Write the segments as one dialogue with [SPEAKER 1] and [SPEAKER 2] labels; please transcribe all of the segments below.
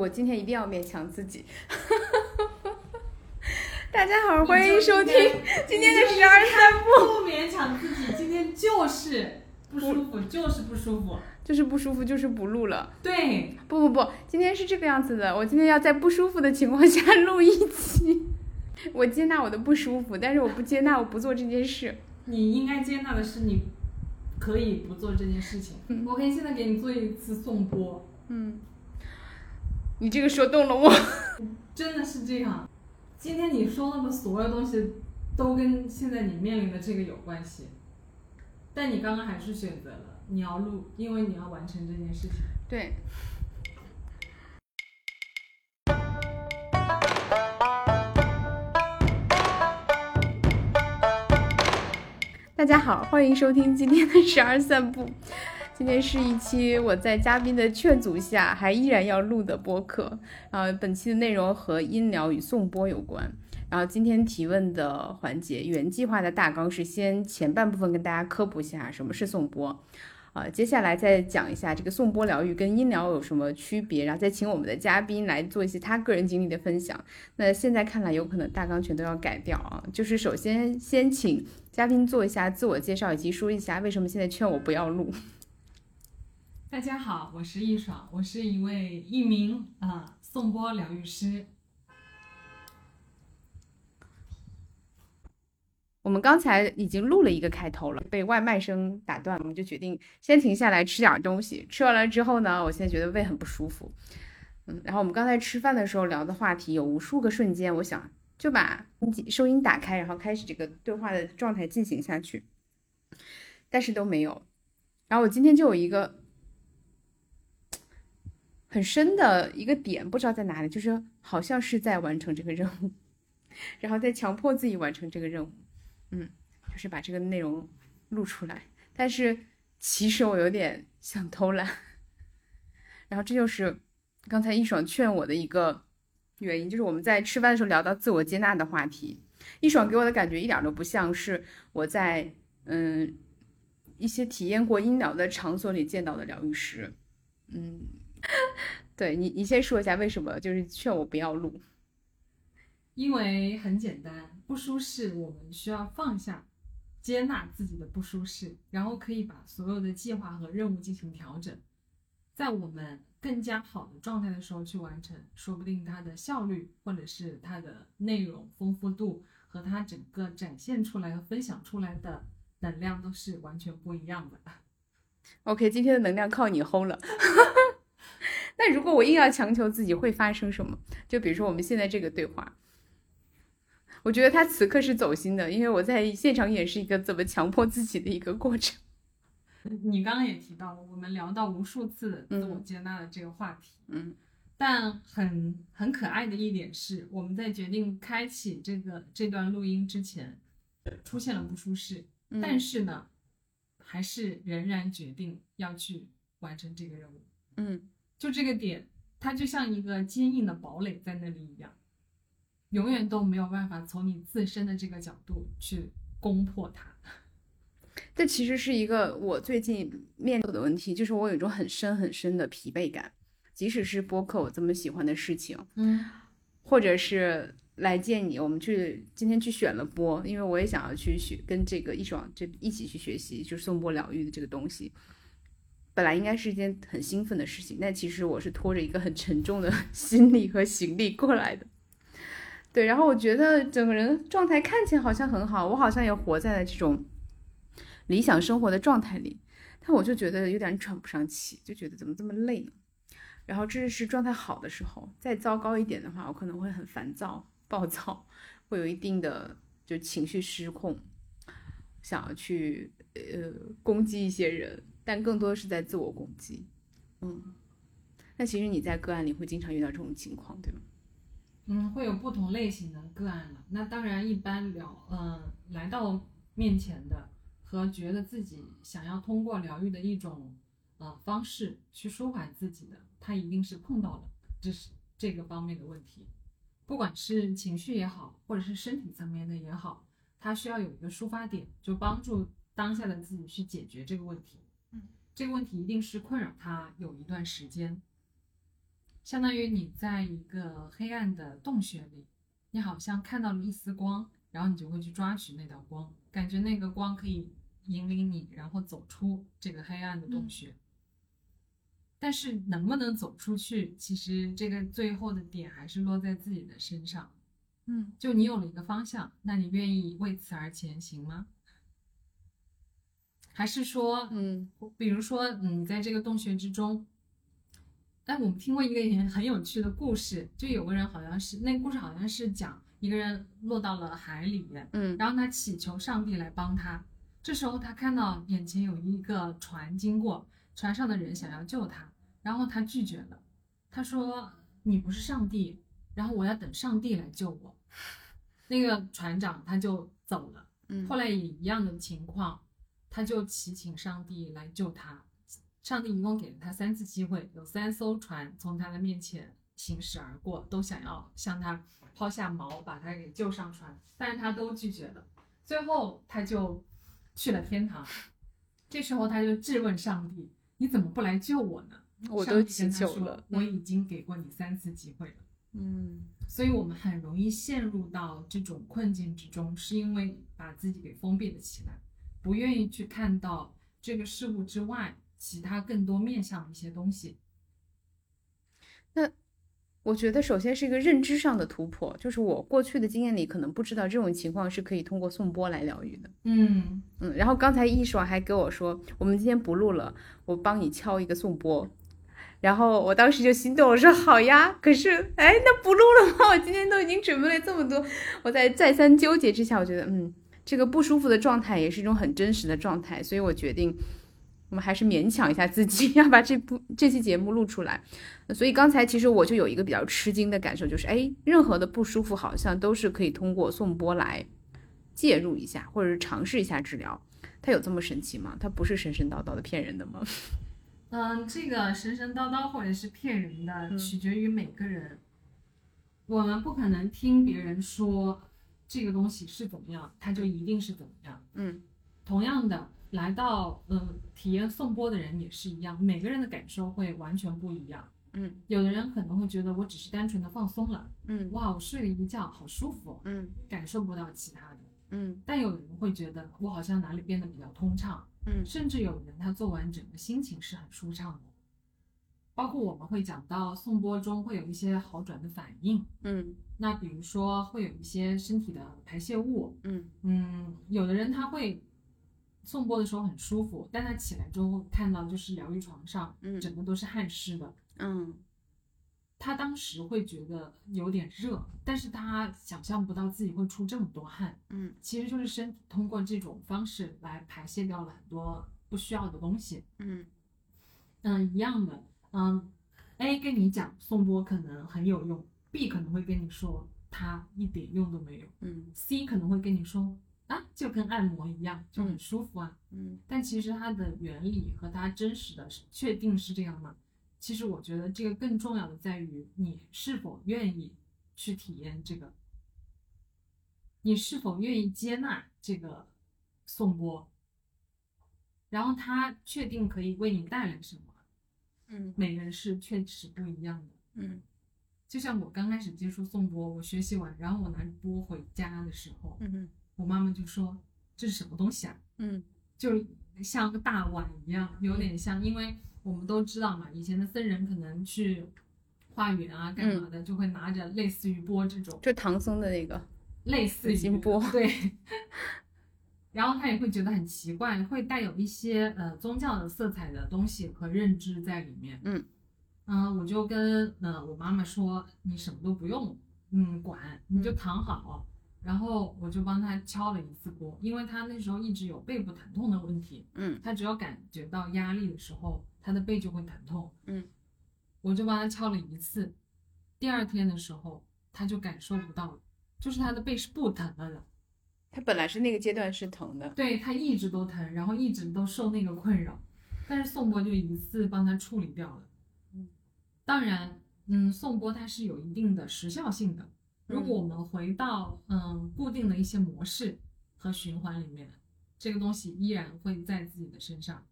[SPEAKER 1] 我今天一定要勉强自己。大家好，欢迎收听今天的十二三步。
[SPEAKER 2] 不勉强自己，今天就是不舒服，就是不舒服。
[SPEAKER 1] 就是不舒服，就是不录了。
[SPEAKER 2] 对，
[SPEAKER 1] 不不不，今天是这个样子的，我今天要在不舒服的情况下录一期。我接纳我的不舒服，但是我不接纳我不做这件事。
[SPEAKER 2] 你应该接纳的是你可以不做这件事情。我可以现在给你做一次颂钵，
[SPEAKER 1] 嗯，你这个说动了我。
[SPEAKER 2] 真的是这样。今天你说到的所有东西都跟现在你面临的这个有关系，但你刚刚还是选择了你要录，因为你要完成这件事情。
[SPEAKER 1] 对，大家好，欢迎收听今天的十二 散步。今天是一期我在嘉宾的劝阻下还依然要录的播客。然后本期的内容和音疗与颂钵有关。然后今天提问的环节，原计划的大纲是先前半部分跟大家科普一下什么是颂钵，啊、接下来再讲一下这个颂钵疗愈跟音疗有什么区别，然后再请我们的嘉宾来做一些他个人经历的分享。那现在看来，有可能大纲全都要改掉啊。就是首先先请嘉宾做一下自我介绍，以及说一下为什么现在劝我不要录。
[SPEAKER 2] 大家好，我是易爽，我是一位一名啊颂钵疗愈师。
[SPEAKER 1] 我们刚才已经录了一个开头了，被外卖声打断，我们就决定先停下来吃点儿东西。吃完了之后呢，我现在觉得胃很不舒服。嗯，然后我们刚才吃饭的时候聊的话题有无数个瞬间，我想就把收音打开，然后开始这个对话的状态进行下去，但是都没有。然后我今天就有一个很深的一个点，不知道在哪里，就是好像是在完成这个任务， 然后再强迫自己完成这个任务。就是把这个内容录出来。但是其实我有点想偷懒， 然后这就是刚才一爽劝我的一个原因，就是我们在吃饭的时候聊到自我接纳的话题，一爽给我的感觉一点都不像是我在嗯一些体验过医疗的场所里见到的疗愈师，嗯。 对你，你先说一下为什么就是劝我不要录，
[SPEAKER 2] 因为很简单，不舒适我们需要放下，接纳自己的不舒适，然后可以把所有的计划和任务进行调整，在我们更加好的状态的时候去完成，说不定它的效率或者是它的内容丰富度和它整个展现出来和分享出来的能量都是完全不一样的。
[SPEAKER 1] OK，今天的能量靠你齁了。 那如果我硬要强求自己，会发生什么？就比如说我们现在这个对话，我觉得他此刻是走心的，因为我在现场演示一个怎么强迫自己的一个过程。
[SPEAKER 2] 你刚刚也提到了，我们聊到无数次自我接纳的这个话题，
[SPEAKER 1] 嗯，
[SPEAKER 2] 但很很可爱的一点是，我们在决定开启这个这段录音之前，出现了不舒适，但
[SPEAKER 1] 是，
[SPEAKER 2] 是呢，还是仍然决定要去完成这个任务。
[SPEAKER 1] 嗯，
[SPEAKER 2] 就这个点，它就像一个坚硬的堡垒在那里一样，永远都没有办法从你自身的这个角度去攻破它。
[SPEAKER 1] 这其实是一个我最近面对的问题，就是我有一种很深很深的疲惫感，即使是播客我这么喜欢的事情，
[SPEAKER 2] 嗯，
[SPEAKER 1] 或者是来见你，我们去今天去选了播，因为我也想要去学跟这个一爽这一起去学习，就是颂钵疗愈的这个东西。本来应该是一件很兴奋的事情，但其实我是拖着一个很沉重的 心理和行李过来的。对，然后我觉得整个人状态看起来好像很好，我好像也活在了这种理想生活的状态里，但我就觉得有点喘不上气，就觉得怎么这么累呢？然后这是状态好的时候，再糟糕一点的话，我可能会很烦躁、暴躁， 会有一定的就情绪失控，想要去呃攻击一些人，但更多的是在自我攻击。嗯，那其实你在个案里会经常遇到这种情况，对吗？
[SPEAKER 2] 嗯，会有不同类型的个案了。那当然，一般聊，嗯、来到我面前的和觉得自己想要通过疗愈的一种呃方式去舒缓自己的，他一定是碰到了这是这个方面的问题，不管是情绪也好，或者是身体层面的也好，他需要有一个抒发点，就帮助当下的自己去解决这个问题。
[SPEAKER 1] 嗯，
[SPEAKER 2] 这个问题一定是困扰他有一段时间，相当于你在一个黑暗的洞穴里，你好像看到了一丝光，然后你就会去抓取那道光，感觉那个光可以引领你，然后走出这个黑暗的洞穴。但是能不能走出去，其实这个最后的点还是落在自己的身上。
[SPEAKER 1] 嗯，
[SPEAKER 2] 就你有了一个方向，那你愿意为此而前行吗？还是说，
[SPEAKER 1] 嗯
[SPEAKER 2] 比如说，嗯，在这个洞穴之中，哎，我们听过一个也很有趣的故事，就有个人好像是那个故事好像是讲一个人落到了海里面，
[SPEAKER 1] 嗯
[SPEAKER 2] 然后他祈求上帝来帮他。这时候他看到眼前有一个船经过，船上的人想要救他，然后他拒绝了。他说：“你不是上帝，然后我要等上帝来救我。”那个船长他就走了。
[SPEAKER 1] 嗯
[SPEAKER 2] 后来也一样的情况，他就祈请上帝来救他。上帝一共给了他三次机会，有三艘船从他的面前行驶而过，都想要向他抛下锚，把他给救上船，但是他都拒绝了。最后他就去了天堂。这时候他就质问上帝：“你怎么不来救我呢？”
[SPEAKER 1] 我
[SPEAKER 2] 上
[SPEAKER 1] 都
[SPEAKER 2] 帝跟
[SPEAKER 1] 祈
[SPEAKER 2] 他
[SPEAKER 1] 求
[SPEAKER 2] 说
[SPEAKER 1] 了，
[SPEAKER 2] 我已经给过你三次机会了。
[SPEAKER 1] 嗯
[SPEAKER 2] 所以我们很容易陷入到这种困境之中，是因为把自己给封闭了起来，不愿意去看到这个事物之外其他更多面向的一些东西。
[SPEAKER 1] 我觉得首先是一个认知上的突破，就是我过去的经验里可能不知道这种情况是可以通过颂钵来疗愈的。
[SPEAKER 2] 嗯，
[SPEAKER 1] 嗯，然后刚才易爽还给我说，我们今天不录了，我帮你敲一个颂钵。然后我当时就心动，我说好呀。可是，哎，那不录了吗？我今天都已经准备了这么多，我在再三纠结之下，我觉得，嗯，这个不舒服的状态也是一种很真实的状态，所以我决定，我们还是勉强一下自己， 要把这部这期节目录出来。所以刚才其实我就有一个比较吃惊的感受，就是，哎，任何的不舒服好像都是可以通过颂钵来介入一下，或者是尝试一下治疗。它有这么神奇吗？它不是神神叨叨的骗人的吗？
[SPEAKER 2] 嗯，这个神神叨叨或者是骗人的，
[SPEAKER 1] 嗯
[SPEAKER 2] 取决于每个人。我们不可能听别人说这个东西是怎么样，它就一定是怎么样。
[SPEAKER 1] 嗯，
[SPEAKER 2] 同样的，来到嗯体验颂钵的人也是一样，每个人的感受会完全不一样。
[SPEAKER 1] 嗯，
[SPEAKER 2] 有的人可能会觉得我只是单纯的放松了，
[SPEAKER 1] 嗯
[SPEAKER 2] 哇，我睡了一觉，好舒服，哦
[SPEAKER 1] 嗯
[SPEAKER 2] 感受不到其他的。
[SPEAKER 1] 嗯
[SPEAKER 2] 但有人会觉得我好像哪里变得比较通畅，
[SPEAKER 1] 嗯
[SPEAKER 2] 甚至有人他做完整个心情是很舒畅的。包括我们会讲到颂钵中会有一些好转的反应，
[SPEAKER 1] 嗯
[SPEAKER 2] 那比如说会有一些身体的排泄物，
[SPEAKER 1] 嗯
[SPEAKER 2] 嗯，有的人他会送钵的时候很舒服，但他起来之后看到就是疗愈床上
[SPEAKER 1] 嗯
[SPEAKER 2] 整个都是汗湿的，
[SPEAKER 1] 嗯
[SPEAKER 2] 他当时会觉得有点热，但是他想象不到自己会出这么多汗，
[SPEAKER 1] 嗯
[SPEAKER 2] 其实就是身体通过这种方式来排泄掉了很多不需要的东西。
[SPEAKER 1] 嗯
[SPEAKER 2] 嗯，一样的，嗯，A 跟你讲送钵可能很有用，B 可能会跟你说它一点用都没有
[SPEAKER 1] 嗯
[SPEAKER 2] ，C 可能会跟你说啊，就跟按摩一样，就很
[SPEAKER 1] 嗯
[SPEAKER 2] 舒服啊。
[SPEAKER 1] 嗯
[SPEAKER 2] 但其实它的原理和它真实的是确定是这样吗？其实我觉得这个更重要的在于你是否愿意去体验这个，你是否愿意接纳这个颂钵，然后它确定可以为你带来什么，
[SPEAKER 1] 嗯
[SPEAKER 2] 每个人是确实不一样的。
[SPEAKER 1] 嗯
[SPEAKER 2] 就像我刚开始接触颂钵，我学习完，然后我拿着钵回家的时候，
[SPEAKER 1] 嗯
[SPEAKER 2] 我妈妈就说：“这是什么东西啊？”
[SPEAKER 1] 嗯
[SPEAKER 2] 就是像个大碗一样，有点像，因为我们都知道嘛，以前的僧人可能去化缘啊，干嘛的，就会拿着类似于钵这种，
[SPEAKER 1] 就唐僧的那个，
[SPEAKER 2] 类似于
[SPEAKER 1] 金钵
[SPEAKER 2] 对。然后他也会觉得很奇怪，会带有一些呃宗教的色彩的东西和认知在里面。
[SPEAKER 1] 嗯
[SPEAKER 2] 嗯、我就跟呃我妈妈说，你什么都不用嗯管，你就躺好。然后我就帮她敲了一次钵，因为她那时候一直有背部疼痛的问题。
[SPEAKER 1] 嗯
[SPEAKER 2] 他只要感觉到压力的时候，他的背就会疼痛。
[SPEAKER 1] 嗯，
[SPEAKER 2] 我就帮他敲了一次，第二天的时候他就感受不到了，就是他的背是不疼了的。
[SPEAKER 1] 它本来是那个阶段是疼的，
[SPEAKER 2] 对他一直都疼，然后一直都受那个困扰，但是颂钵就一次帮他处理掉了。
[SPEAKER 1] 嗯，
[SPEAKER 2] 当然，嗯，颂钵它是有一定的时效性的。如果
[SPEAKER 1] 嗯
[SPEAKER 2] 我们回到嗯固定的一些模式和循环里面，这个东西依然会在自己的身上。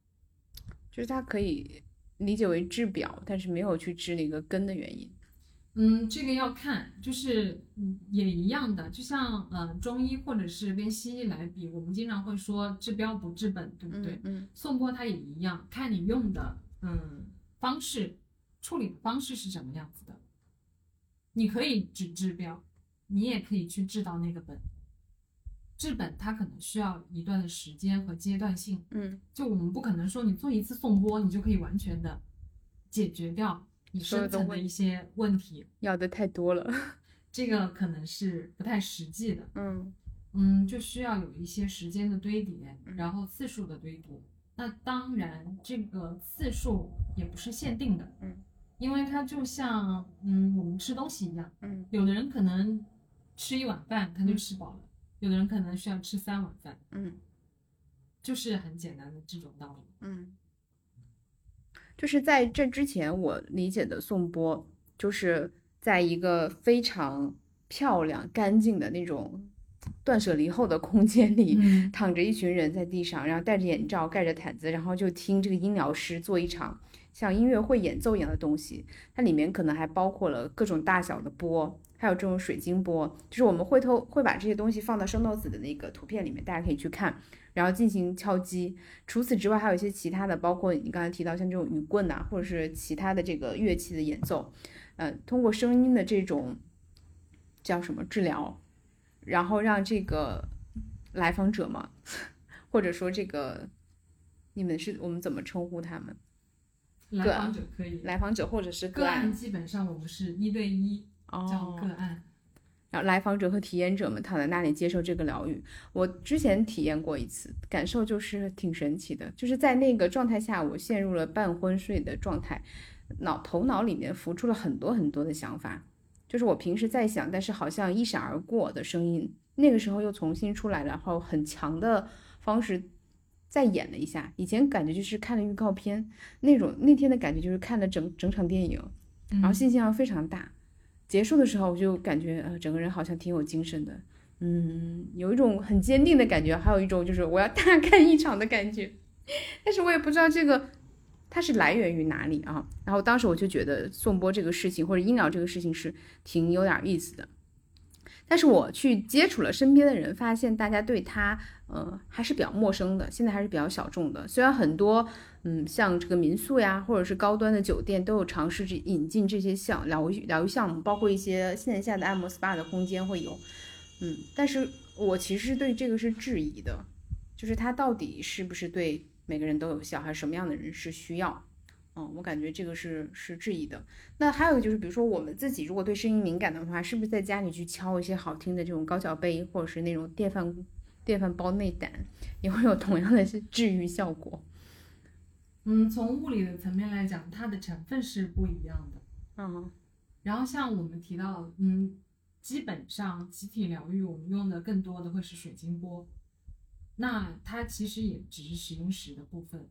[SPEAKER 1] 就是它可以理解为治表，但是没有去治那个根的原因。
[SPEAKER 2] 嗯，这个要看，就是嗯也一样的，就像呃中医或者是跟西医来比，我们经常会说治标不治本，对不对？
[SPEAKER 1] 嗯嗯
[SPEAKER 2] 送波它也一样，看你用的嗯方式，处理的方式是什么样子的。你可以只治标，你也可以去治到那个本。治本它可能需要一段的时间和阶段性，
[SPEAKER 1] 嗯，
[SPEAKER 2] 就我们不可能说你做一次送波，你就可以完全的解决掉你
[SPEAKER 1] 所有
[SPEAKER 2] 深
[SPEAKER 1] 的
[SPEAKER 2] 层的
[SPEAKER 1] 问
[SPEAKER 2] 一些问题，
[SPEAKER 1] 要的太多了。
[SPEAKER 2] 这个可能是不太实际的。
[SPEAKER 1] 嗯
[SPEAKER 2] 嗯，就需要有一些时间的堆叠，
[SPEAKER 1] 嗯
[SPEAKER 2] 然后次数的堆叠。那当然，这个次数也不是限定的，
[SPEAKER 1] 嗯，
[SPEAKER 2] 因为它就像嗯我们吃东西一样，
[SPEAKER 1] 嗯
[SPEAKER 2] 有的人可能吃一碗饭他就
[SPEAKER 1] 嗯
[SPEAKER 2] 吃饱了，有的人可能需要吃三碗饭，
[SPEAKER 1] 嗯
[SPEAKER 2] 就是很简单的这种道理。
[SPEAKER 1] 嗯，就是在这之前，我理解的颂钵，就是在一个非常漂亮、干净的那种断舍离后的空间里，
[SPEAKER 2] 嗯
[SPEAKER 1] 躺着一群人在地上，然后戴着眼罩，盖着毯子，然后就听这个音疗师做一场像音乐会演奏一样的东西。它里面可能还包括了各种大小的波，还有这种水晶波，就是我们会偷会把这些东西放到生豆子的那个图片里面，大家可以去看，然后进行敲击。除此之外，还有一些其他的，包括你刚才提到像这种雨棍呐、或者是其他的这个乐器的演奏，呃，通过声音的这种叫什么治疗，然后让这个来访者嘛， 或者说这个你们是我们怎么称呼他们？
[SPEAKER 2] 来
[SPEAKER 1] 个
[SPEAKER 2] 访
[SPEAKER 1] 案
[SPEAKER 2] 者可以，
[SPEAKER 1] 来访者或者是
[SPEAKER 2] 个
[SPEAKER 1] 个
[SPEAKER 2] 案
[SPEAKER 1] 案
[SPEAKER 2] 基本上我们是一对一叫
[SPEAKER 1] 哦
[SPEAKER 2] 个，案，
[SPEAKER 1] 然后来访者和体验者们躺在那里接受这个疗愈。我之前体验过一次，感受就是挺神奇的，就是在那个状态下，我陷入了半昏睡的状态，脑头脑里面浮出了很多很多的想法，就是我平时在想，但是好像一闪而过的声音，那个时候又重新出来，然后很强的方式。再演了一下，以前感觉就是看了预告片那种，那天的感觉就是看了整整场电影，
[SPEAKER 2] 嗯
[SPEAKER 1] 然后信息量非常大。结束的时候，我就感觉呃，整个人好像挺有精神的，嗯，有一种很坚定的感觉，还有一种就是我要大干一场的感觉。但是我也不知道这个它是来源于哪里啊。然后当时我就觉得颂钵这个事情或者医疗这个事情是挺有点意思的。但是我去接触了身边的人，发现大家对它，呃，还是比较陌生的，现在还是比较小众的。虽然很多嗯，像这个民宿呀，或者是高端的酒店，都有尝试这引进这些项疗愈疗愈项目，包括一些线下的按摩 SPA 的空间会有。嗯，但是我其实对这个是质疑的，就是它到底是不是对每个人都有效，还是什么样的人是需要？嗯，我感觉这个是是质疑的。那还有一个就是，比如说我们自己如果对声音敏感的话，是不是在家里去敲一些好听的这种高脚杯，或者是那种电饭电饭煲内胆，也会有同样的治愈效果？
[SPEAKER 2] 嗯，从物理的层面来讲，它的成分是不一样的。
[SPEAKER 1] 嗯
[SPEAKER 2] 然后像我们提到，嗯，基本上集体疗愈我们用的更多的会是水晶波，那它其实也只是使用时的部分，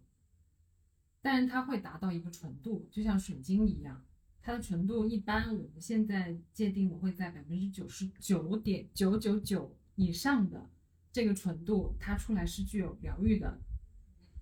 [SPEAKER 2] 但是它会达到一个纯度，就像水晶一样，它的纯度一般我们现在界定我会在百分之九十九点九九九以上的这个纯度，它出来是具有疗愈的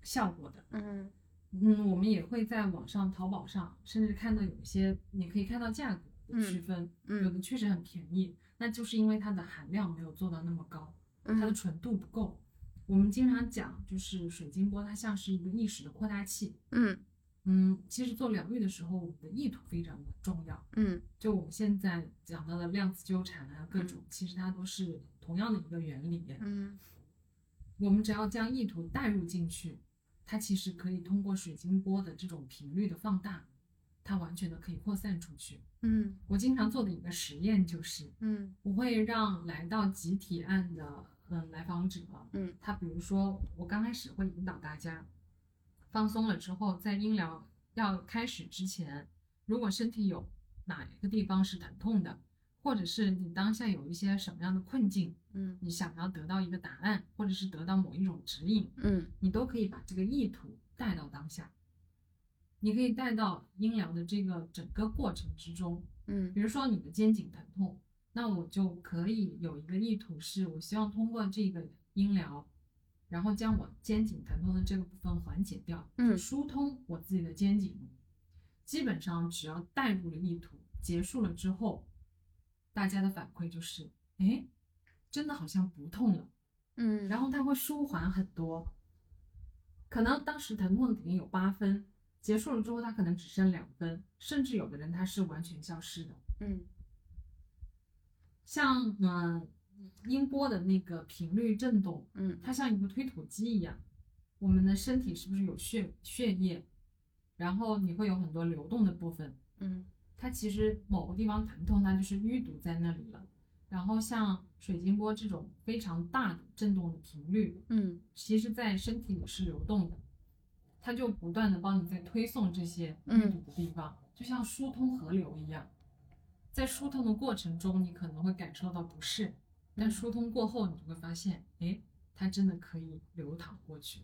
[SPEAKER 2] 效果的。
[SPEAKER 1] 嗯
[SPEAKER 2] 嗯，我们也会在网上、淘宝上，甚至看到有一些，你可以看到价格的区分，有
[SPEAKER 1] 嗯
[SPEAKER 2] 的确实很便宜，那就是因为它的含量没有做到那么高，它的
[SPEAKER 1] 嗯
[SPEAKER 2] 纯度不够。我们经常讲，就是水晶波，它像是一个意识的扩大器。
[SPEAKER 1] 嗯
[SPEAKER 2] 嗯，其实做疗愈的时候，我们的意图非常的重要。
[SPEAKER 1] 嗯
[SPEAKER 2] 就我们现在讲到的量子纠缠啊，各种，其实它都是同样的一个原理。
[SPEAKER 1] 嗯
[SPEAKER 2] 我们只要将意图带入进去，它其实可以通过水晶波的这种频率的放大，它完全的可以扩散出去。
[SPEAKER 1] 嗯
[SPEAKER 2] 我经常做的一个实验就是，
[SPEAKER 1] 嗯
[SPEAKER 2] 我会让来到集体案的嗯来访者，
[SPEAKER 1] 嗯，
[SPEAKER 2] 他比如说我刚开始会引导大家放松了之后，在音疗要开始之前，如果身体有哪一个地方是疼痛的，或者是你当下有一些什么样的困境，
[SPEAKER 1] 嗯
[SPEAKER 2] 你想要得到一个答案，或者是得到某一种指引，
[SPEAKER 1] 嗯
[SPEAKER 2] 你都可以把这个意图带到当下。你可以带到音疗的这个整个过程之中，
[SPEAKER 1] 嗯
[SPEAKER 2] 比如说你的肩颈疼痛，那我就可以有一个意图是，我希望通过这个音疗，然后将我肩颈疼痛的这个部分缓解掉，
[SPEAKER 1] 嗯
[SPEAKER 2] 疏通我自己的肩颈。基本上只要带入了意图，结束了之后，大家的反馈就是，哎，真的好像不痛了，
[SPEAKER 1] 嗯
[SPEAKER 2] 然后它会舒缓很多。可能当时疼痛肯定有八分，结束了之后它可能只剩两分，甚至有的人他是完全消失的。
[SPEAKER 1] 嗯
[SPEAKER 2] 像嗯、呃音波的那个频率振动，
[SPEAKER 1] 嗯
[SPEAKER 2] 它像一个推土机一样，我们的身体是不是有血血液，然后你会有很多流动的部分，
[SPEAKER 1] 嗯
[SPEAKER 2] 它其实某个地方疼痛，它就是淤堵在那里了。然后像水晶波这种非常大的振动的频率，
[SPEAKER 1] 嗯
[SPEAKER 2] 其实在身体里是流动的，它就不断的帮你在推送这些淤
[SPEAKER 1] 嗯
[SPEAKER 2] 堵的地方，就像疏通河流一样。在疏通的过程中，你可能会感受到不适，但疏通过后，你就会发现，哎，它真的可以流淌过去。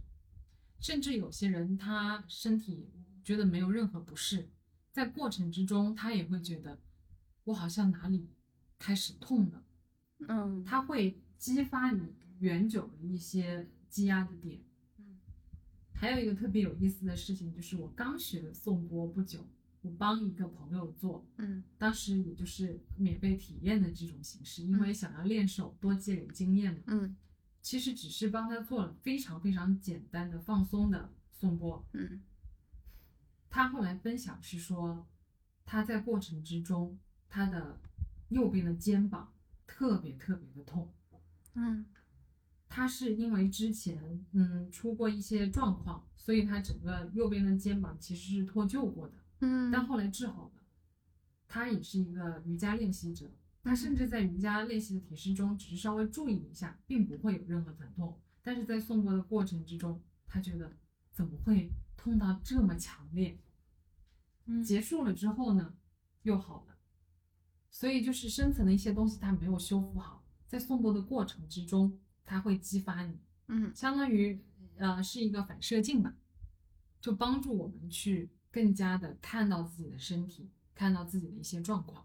[SPEAKER 2] 甚至有些人他身体觉得没有任何不适，在过程之中，他也会觉得，我好像哪里开始痛了。
[SPEAKER 1] 嗯
[SPEAKER 2] 它会激发你原久的一些积压的点。
[SPEAKER 1] 嗯
[SPEAKER 2] 还有一个特别有意思的事情，就是我刚学颂钵不久，我帮一个朋友做，
[SPEAKER 1] 嗯
[SPEAKER 2] 当时也就是免费体验的这种形式，因为
[SPEAKER 1] 嗯
[SPEAKER 2] 想要练手，多积累经验嘛。
[SPEAKER 1] 嗯
[SPEAKER 2] 其实只是帮他做了非常非常简单的放松的颂钵。
[SPEAKER 1] 嗯
[SPEAKER 2] 他后来分享是说，他在过程之中，他的右边的肩膀特别特别的痛。
[SPEAKER 1] 嗯
[SPEAKER 2] 他是因为之前嗯出过一些状况，所以他整个右边的肩膀其实是脱臼过的，
[SPEAKER 1] 嗯
[SPEAKER 2] 但后来治好了。他也是一个瑜伽练习者，他甚至在瑜伽练习的体式中，只是稍微注意一下，并不会有任何疼痛。但是在送钵的过程之中，他觉得怎么会痛到这么强烈？
[SPEAKER 1] 嗯
[SPEAKER 2] 结束了之后呢，又好了。所以就是深层的一些东西，它没有修复好，在送钵的过程之中，它会激发你，
[SPEAKER 1] 嗯
[SPEAKER 2] 相当于呃是一个反射镜吧，就帮助我们去更加的看到自己的身体，看到自己的一些状况。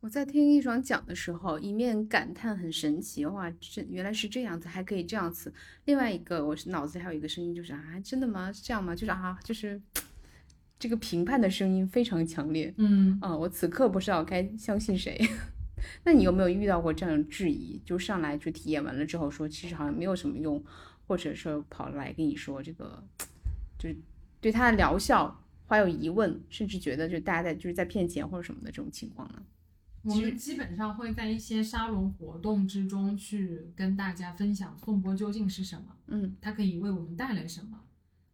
[SPEAKER 1] 我在听一爽讲的时候，一面感叹很神奇，哇，这原来是这样子，还可以这样子。另外一个，我是脑子里还有一个声音，就是啊，真的吗？是这样吗？就是啊，就是这个评判的声音非常强烈。
[SPEAKER 2] 嗯，
[SPEAKER 1] 啊、我此刻不知道该相信谁。 那你有没有遇到过这样的质疑？就上来就体验完了之后说，其实好像没有什么用，或者说跑来跟你说这个，就是对它的疗效怀有疑问，甚至觉得就大家在就是在骗钱或者什么的这种情况呢？
[SPEAKER 2] 我们基本上会在一些沙龙活动之中去跟大家分享颂钵究竟是什么，
[SPEAKER 1] 嗯
[SPEAKER 2] 它可以为我们带来什么，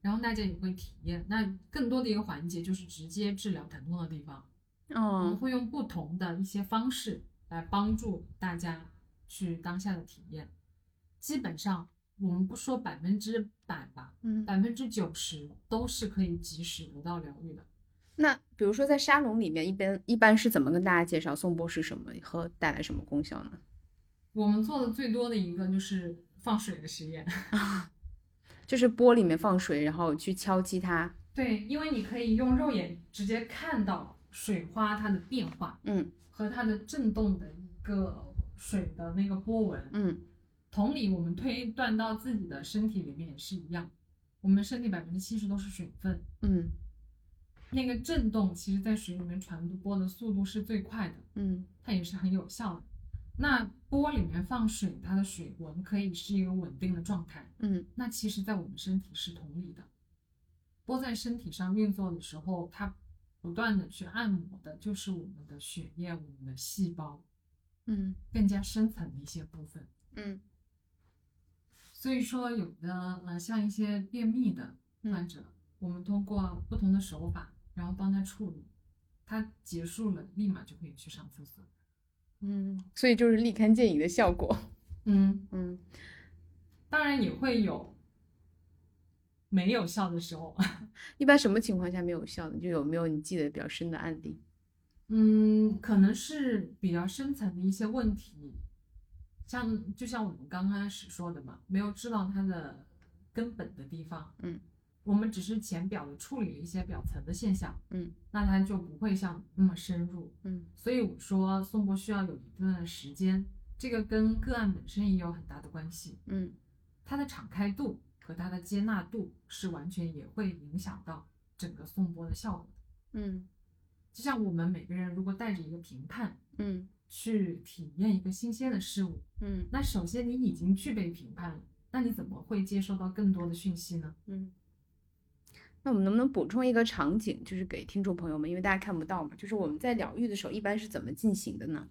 [SPEAKER 2] 然后大家也会体验。那更多的一个环节就是直接治疗疼痛的地方。我们
[SPEAKER 1] 哦，
[SPEAKER 2] 会用不同的一些方式来帮助大家去当下的体验。基本上，我们不说百分之百吧，
[SPEAKER 1] 嗯，
[SPEAKER 2] 百分之九十都是可以及时得到疗愈的。
[SPEAKER 1] 那比如说在沙龙里面，一般一般是怎么跟大家介绍颂钵是什么和带来什么功效呢？
[SPEAKER 2] 我们做的最多的一个就是放水的实验。
[SPEAKER 1] 就是钵里面放水，然后去敲击它。
[SPEAKER 2] 对，因为你可以用肉眼直接看到水花它的变化
[SPEAKER 1] 嗯
[SPEAKER 2] 和它的震动的一个水的那个波纹。
[SPEAKER 1] 嗯
[SPEAKER 2] 同理，我们推断到自己的身体里面也是一样，我们身体百分之七十都是水分，
[SPEAKER 1] 嗯
[SPEAKER 2] 那个震动其实在水里面传播的速度是最快的，
[SPEAKER 1] 嗯
[SPEAKER 2] 它也是很有效的。那锅里面放水，它的水温可以是一个稳定的状态。
[SPEAKER 1] 嗯
[SPEAKER 2] 那其实，在我们身体是同理的，波在身体上运作的时候，它不断的去按摩的就是我们的血液、我们的细胞
[SPEAKER 1] 嗯
[SPEAKER 2] 更加深层的一些部分。
[SPEAKER 1] 嗯
[SPEAKER 2] 所以说，有的呃，像一些便秘的患者，我们通过不同的手法，然后帮他处理，他结束了，立马就可以去上厕所。
[SPEAKER 1] 嗯，所以就是立竿见影的效果。
[SPEAKER 2] 嗯，
[SPEAKER 1] 嗯
[SPEAKER 2] 当然也会有没有效的时候。
[SPEAKER 1] 一般什么情况下没有效呢？就有没有你记得比较深的案例？
[SPEAKER 2] 嗯，可能是比较深层的一些问题，像就像我们刚开始说的嘛，没有知道它的根本的地方，
[SPEAKER 1] 嗯，
[SPEAKER 2] 我们只是浅表的处理了一些表层的现象，
[SPEAKER 1] 嗯，
[SPEAKER 2] 那它就不会像那么深入，
[SPEAKER 1] 嗯
[SPEAKER 2] 所以我说颂钵需要有一定的时间，这个跟个案本身也有很大的关系。
[SPEAKER 1] 嗯
[SPEAKER 2] 他的敞开度和他的接纳度是完全也会影响到整个颂钵的效果的。
[SPEAKER 1] 嗯
[SPEAKER 2] 就像我们每个人如果带着一个评判
[SPEAKER 1] 嗯
[SPEAKER 2] 去体验一个新鲜的事物，
[SPEAKER 1] 嗯
[SPEAKER 2] 那首先你已经具备评判了，那你怎么会接收到更多的讯息呢？
[SPEAKER 1] 嗯。那我们能不能补充一个场景，就是给听众朋友们，因为大家看不到嘛，就是我们在疗愈的时候一般是怎么进行的呢？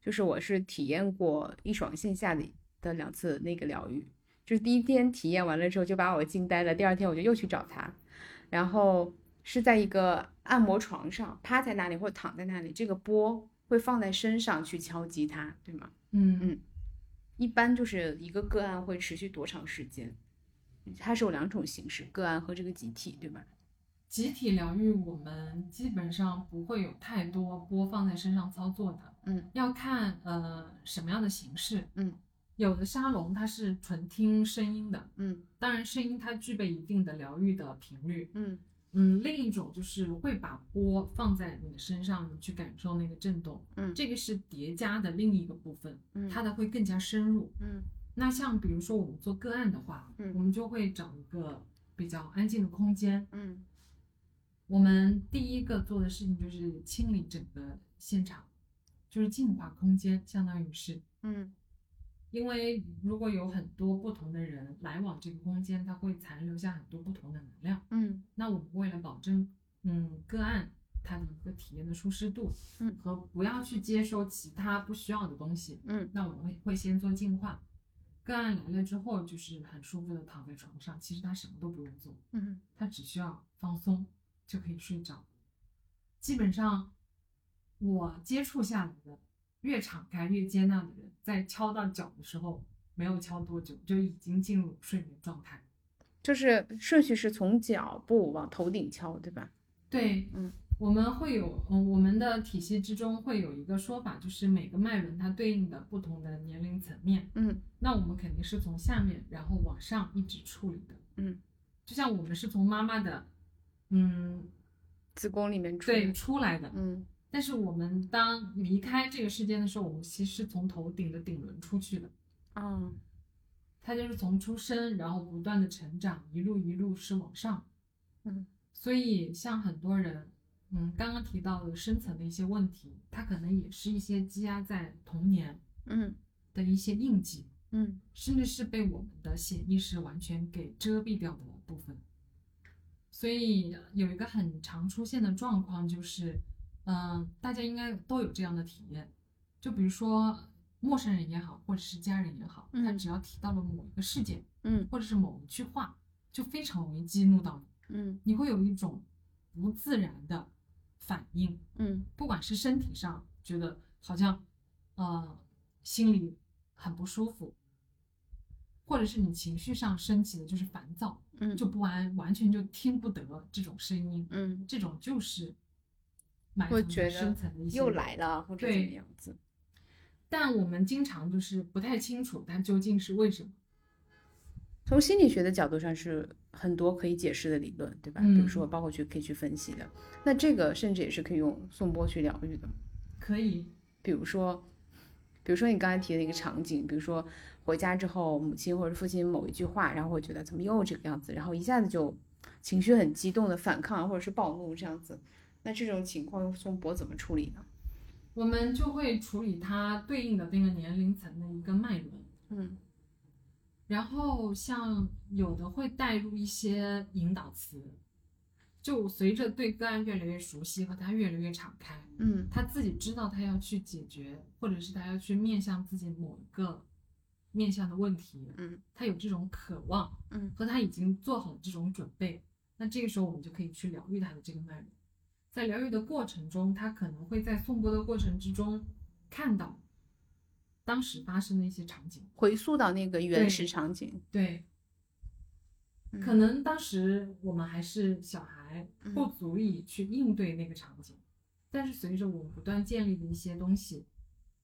[SPEAKER 1] 就是我是体验过一爽线下的的两次那个疗愈，就是第一天体验完了之后就把我惊呆了，第二天我就又去找他，然后是在一个按摩床上趴在那里或者躺在那里，这个波会放在身上去敲击它，对吗？
[SPEAKER 2] 嗯
[SPEAKER 1] 嗯一般就是一个个案会持续多长时间？它是有两种形式，个案和这个集体，对吧？
[SPEAKER 2] 集体疗愈我们基本上不会有太多播放在身上操作的，
[SPEAKER 1] 嗯，
[SPEAKER 2] 要看呃什么样的形式，
[SPEAKER 1] 嗯，
[SPEAKER 2] 有的沙龙它是纯听声音的，
[SPEAKER 1] 嗯
[SPEAKER 2] 当然声音它具备一定的疗愈的频率，
[SPEAKER 1] 嗯
[SPEAKER 2] 嗯，另一种就是会把波放在你的身上，你去感受那个震动，
[SPEAKER 1] 嗯
[SPEAKER 2] 这个是叠加的另一个部分，
[SPEAKER 1] 嗯
[SPEAKER 2] 它的会更加深入，
[SPEAKER 1] 嗯
[SPEAKER 2] 那像比如说我们做个案的话，
[SPEAKER 1] 嗯
[SPEAKER 2] 我们就会找一个比较安静的空间。
[SPEAKER 1] 嗯
[SPEAKER 2] 我们第一个做的事情就是清理整个现场，就是净化空间，相当于是。
[SPEAKER 1] 嗯
[SPEAKER 2] 因为如果有很多不同的人来往这个空间，它会残留下很多不同的能量。
[SPEAKER 1] 嗯
[SPEAKER 2] 那我们为了保证，嗯，个案它的一个体验的舒适度，
[SPEAKER 1] 嗯
[SPEAKER 2] 和不要去接收其他不需要的东西，
[SPEAKER 1] 嗯
[SPEAKER 2] 那我们会会先做净化。个案来了之后，就是很舒服的躺在床上，其实他什么都不用做，
[SPEAKER 1] 嗯
[SPEAKER 2] 他只需要放松就可以睡着。基本上，我接触下来的越敞开越接纳的人，在敲到脚的时候，没有敲多久就已经进入睡眠状态。
[SPEAKER 1] 就是顺序是从脚部往头顶敲，对吧？
[SPEAKER 2] 对，
[SPEAKER 1] 嗯，
[SPEAKER 2] 我们会有，嗯，我们的体系之中会有一个说法，就是每个脉轮它对应的不同的年龄层面。
[SPEAKER 1] 嗯
[SPEAKER 2] 那我们肯定是从下面，然后往上一直处理的。
[SPEAKER 1] 嗯，
[SPEAKER 2] 就像我们是从妈妈的，嗯，
[SPEAKER 1] 子宫里面出
[SPEAKER 2] 对，出来的。
[SPEAKER 1] 嗯
[SPEAKER 2] 但是我们当离开这个世间的时候，我们其实是从头顶的顶轮出去的。
[SPEAKER 1] 啊
[SPEAKER 2] 它就是从出生，然后不断的成长，一路一路是往上。
[SPEAKER 1] 嗯
[SPEAKER 2] 所以像很多人，嗯，刚刚提到的深层的一些问题，它可能也是一些积压在童年
[SPEAKER 1] 嗯
[SPEAKER 2] 的一些印记。
[SPEAKER 1] 嗯
[SPEAKER 2] 甚至是被我们的潜意识完全给遮蔽掉的部分。所以有一个很常出现的状况就是，嗯、大家应该都有这样的体验，就比如说陌生人也好，或者是家人也好，
[SPEAKER 1] 嗯
[SPEAKER 2] 他只要提到了某一个事件，
[SPEAKER 1] 嗯
[SPEAKER 2] 或者是某一句话，就非常容易激怒到你，
[SPEAKER 1] 嗯
[SPEAKER 2] 你会有一种不自然的反应，
[SPEAKER 1] 嗯
[SPEAKER 2] 不管是身体上觉得好像，呃，心里很不舒服，或者是你情绪上升起的就是烦躁，
[SPEAKER 1] 嗯
[SPEAKER 2] 就不安，完全就听不得这种声音，
[SPEAKER 1] 嗯，
[SPEAKER 2] 这种就是埋
[SPEAKER 1] 会
[SPEAKER 2] 藏
[SPEAKER 1] 觉
[SPEAKER 2] 在
[SPEAKER 1] 得
[SPEAKER 2] 深层的一些。
[SPEAKER 1] 又。来了或者怎么
[SPEAKER 2] 对
[SPEAKER 1] 样子？
[SPEAKER 2] 但我们经常就是不太清楚它究竟是为什么。
[SPEAKER 1] 从心理学的角度上是很多可以解释的理论，对吧？
[SPEAKER 2] 嗯
[SPEAKER 1] 比如说，包括去可以去分析的。那这个甚至也是可以用颂钵去疗愈的。
[SPEAKER 2] 可以，
[SPEAKER 1] 比如说，比如说你刚才提的一个场景，比如说回家之后，母亲或者父亲某一句话，然后会觉得怎么又这个样子，然后一下子就情绪很激动的反抗或者是暴怒这样子。那这种情况用颂钵怎么处理呢？
[SPEAKER 2] 我们就会处理它对应的那个年龄层的一个脉轮。
[SPEAKER 1] 嗯
[SPEAKER 2] 然后像有的会带入一些引导词，就随着对个案越来越熟悉和他越来越敞开，
[SPEAKER 1] 嗯
[SPEAKER 2] 他自己知道他要去解决，或者是他要去面向自己某一个面向的问题，
[SPEAKER 1] 嗯，
[SPEAKER 2] 他有这种渴望，
[SPEAKER 1] 嗯，
[SPEAKER 2] 和他已经做好这种准备，那这个时候我们就可以去疗愈他的这个脉轮。在疗愈的过程中，他可能会在颂钵的过程之中看到当时发生的一些场景，
[SPEAKER 1] 回溯到那个原
[SPEAKER 2] 对
[SPEAKER 1] 始场景，
[SPEAKER 2] 对，
[SPEAKER 1] 嗯
[SPEAKER 2] 可能当时我们还是小孩
[SPEAKER 1] 嗯，
[SPEAKER 2] 不足以去应对那个场景，但是随着我们不断建立的一些东西，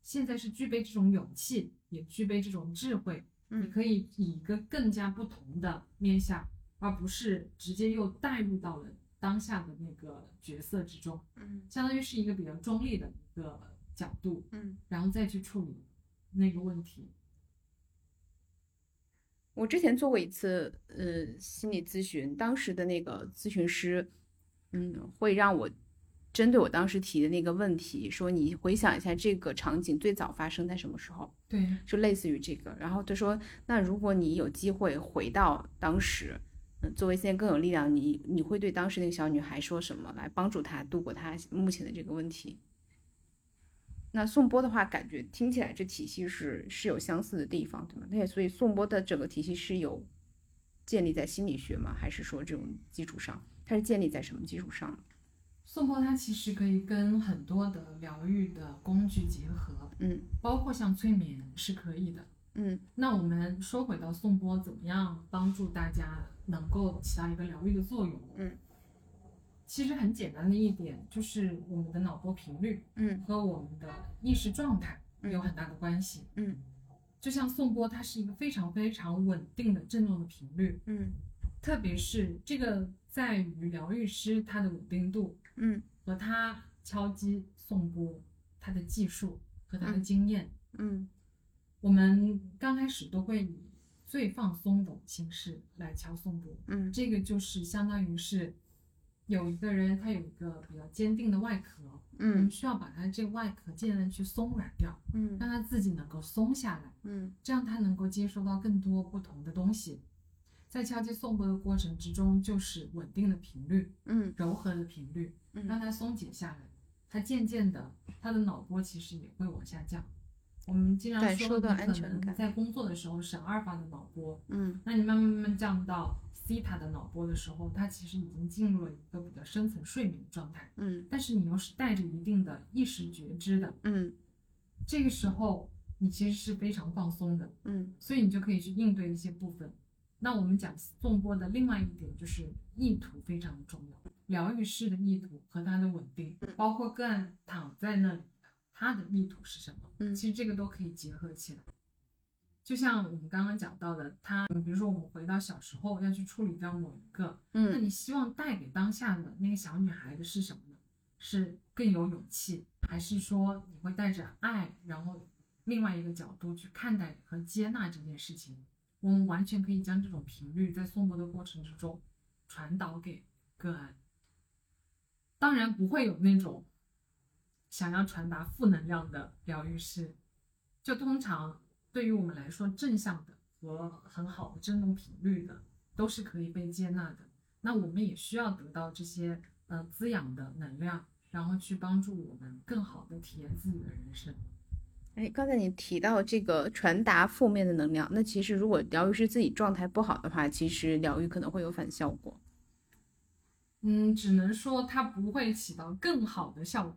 [SPEAKER 2] 现在是具备这种勇气，也具备这种智慧，你
[SPEAKER 1] 嗯
[SPEAKER 2] 可以以一个更加不同的面向，而不是直接又带入到了当下的那个角色之中，
[SPEAKER 1] 嗯
[SPEAKER 2] 相当于是一个比较中立的一个角度，
[SPEAKER 1] 嗯
[SPEAKER 2] 然后再去处理那个问题。
[SPEAKER 1] 我之前做过一次，呃，心理咨询，当时的那个咨询师，嗯，会让我针对我当时提的那个问题，说你回想一下这个场景最早发生在什么时候，
[SPEAKER 2] 对，
[SPEAKER 1] 就类似于这个。然后他说，那如果你有机会回到当时，嗯，作为现在更有力量，你你会对当时那个小女孩说什么，来帮助她度过她目前的这个问题？那宋波的话，感觉听起来这体系是是有相似的地方，对吗？那也所以宋波的整个体系是有建立在心理学吗？还是说这种基础上，它是建立在什么基础上？
[SPEAKER 2] 颂钵它其实可以跟很多的疗愈的工具结合，
[SPEAKER 1] 嗯，
[SPEAKER 2] 包括像催眠是可以的。
[SPEAKER 1] 嗯，
[SPEAKER 2] 那我们说回到颂钵，怎么样帮助大家能够起到一个疗愈的作用？
[SPEAKER 1] 嗯，
[SPEAKER 2] 其实很简单的一点就是我们的脑波频率，
[SPEAKER 1] 嗯，
[SPEAKER 2] 和我们的意识状态
[SPEAKER 1] 嗯
[SPEAKER 2] 有很大的关系。
[SPEAKER 1] 嗯，
[SPEAKER 2] 就像颂钵，它是一个非常非常稳定的振动的频率，
[SPEAKER 1] 嗯
[SPEAKER 2] 特别是这个在于疗愈师他的稳定度，
[SPEAKER 1] 嗯
[SPEAKER 2] 和他敲击颂钵，他的技术和他的
[SPEAKER 1] 嗯
[SPEAKER 2] 经验，
[SPEAKER 1] 嗯
[SPEAKER 2] 我们刚开始都会以最放松的形式来敲颂钵，
[SPEAKER 1] 嗯
[SPEAKER 2] 这个就是相当于是有一个人他有一个比较坚定的外壳，我们
[SPEAKER 1] 嗯
[SPEAKER 2] 需要把他这个外壳尽量去松软掉，
[SPEAKER 1] 嗯
[SPEAKER 2] 让他自己能够松下来，
[SPEAKER 1] 嗯
[SPEAKER 2] 这样他能够接收到更多不同的东西。在敲击颂钵的过程之中，就是稳定的频率、
[SPEAKER 1] 嗯
[SPEAKER 2] 柔和的频率，让
[SPEAKER 1] 嗯，
[SPEAKER 2] 它松解下来，它渐渐的，它的脑波其实也会往下降。我们经常
[SPEAKER 1] 感
[SPEAKER 2] 说，
[SPEAKER 1] 受到
[SPEAKER 2] 你
[SPEAKER 1] 安
[SPEAKER 2] 可
[SPEAKER 1] 全
[SPEAKER 2] 能
[SPEAKER 1] 感
[SPEAKER 2] 在工作的时候是阿尔法的脑波，
[SPEAKER 1] 嗯
[SPEAKER 2] 那你慢慢慢慢降到西塔的脑波的时候，它其实已经进入了一个比较深层睡眠的状态，
[SPEAKER 1] 嗯
[SPEAKER 2] 但是你又是带着一定的意识觉知的，
[SPEAKER 1] 嗯
[SPEAKER 2] 这个时候你其实是非常放松的，
[SPEAKER 1] 嗯
[SPEAKER 2] 所以你就可以去应对一些部分。那我们讲纵波的另外一点就是意图非常重要，疗愈师的意图和他的稳定，包括个案躺在那里，他的意图是什么？
[SPEAKER 1] 嗯
[SPEAKER 2] 其实这个都可以结合起来。就像我们刚刚讲到的，他，比如说我们回到小时候要去处理掉某一个，那
[SPEAKER 1] 嗯
[SPEAKER 2] 你希望带给当下的那个小女孩的是什么呢？是更有勇气，还是说你会带着爱，然后另外一个角度去看待和接纳这件事情？我们完全可以将这种频率在送钵的过程之中传导给个案。当然不会有那种想要传达负能量的疗愈师，就通常对于我们来说，正向的和很好的振动频率的都是可以被接纳的。那我们也需要得到这些呃滋养的能量，然后去帮助我们更好的体验自己的人生。
[SPEAKER 1] 哎，刚才你提到这个传达负面的能量，那其实如果疗愈师自己状态不好的话，其实疗愈可能会有反效果。
[SPEAKER 2] 嗯，只能说它不会起到更好的效果。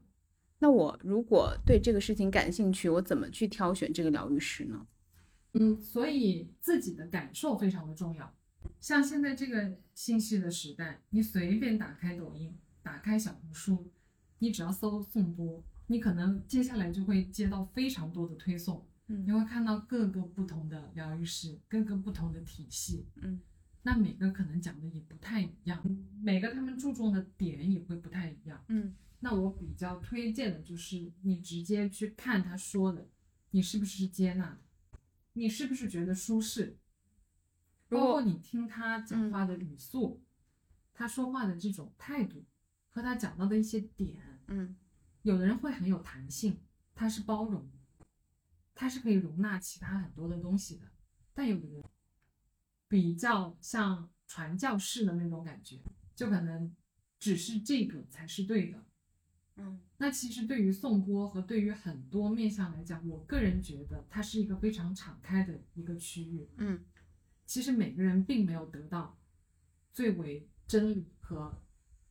[SPEAKER 1] 那我如果对这个事情感兴趣，我怎么去挑选这个疗愈师呢？
[SPEAKER 2] 嗯，所以自己的感受非常的重要。像现在这个信息的时代，你随便打开抖音，打开小红书，你只要搜颂钵，你可能接下来就会接到非常多的推送，你
[SPEAKER 1] 嗯
[SPEAKER 2] 会看到各个不同的疗愈师，各个不同的体系，
[SPEAKER 1] 嗯，
[SPEAKER 2] 那每个可能讲的也不太一样，每个他们注重的点也会不太一样。
[SPEAKER 1] 嗯
[SPEAKER 2] 那我比较推荐的就是你直接去看他说的，你是不是接纳的，你是不是觉得舒适，
[SPEAKER 1] 如
[SPEAKER 2] 包
[SPEAKER 1] 果
[SPEAKER 2] 括你听他讲话的语速，他说话的这种态度和他讲到的一些点，
[SPEAKER 1] 嗯
[SPEAKER 2] 有的人会很有弹性，他是包容的，他是可以容纳其他很多的东西的，但有的人比较像传教士的那种感觉，就可能只是这个才是对的。
[SPEAKER 1] 嗯
[SPEAKER 2] 那其实对于颂钵和对于很多面向来讲，我个人觉得它是一个非常敞开的一个区域。
[SPEAKER 1] 嗯
[SPEAKER 2] 其实每个人并没有得到最为真理和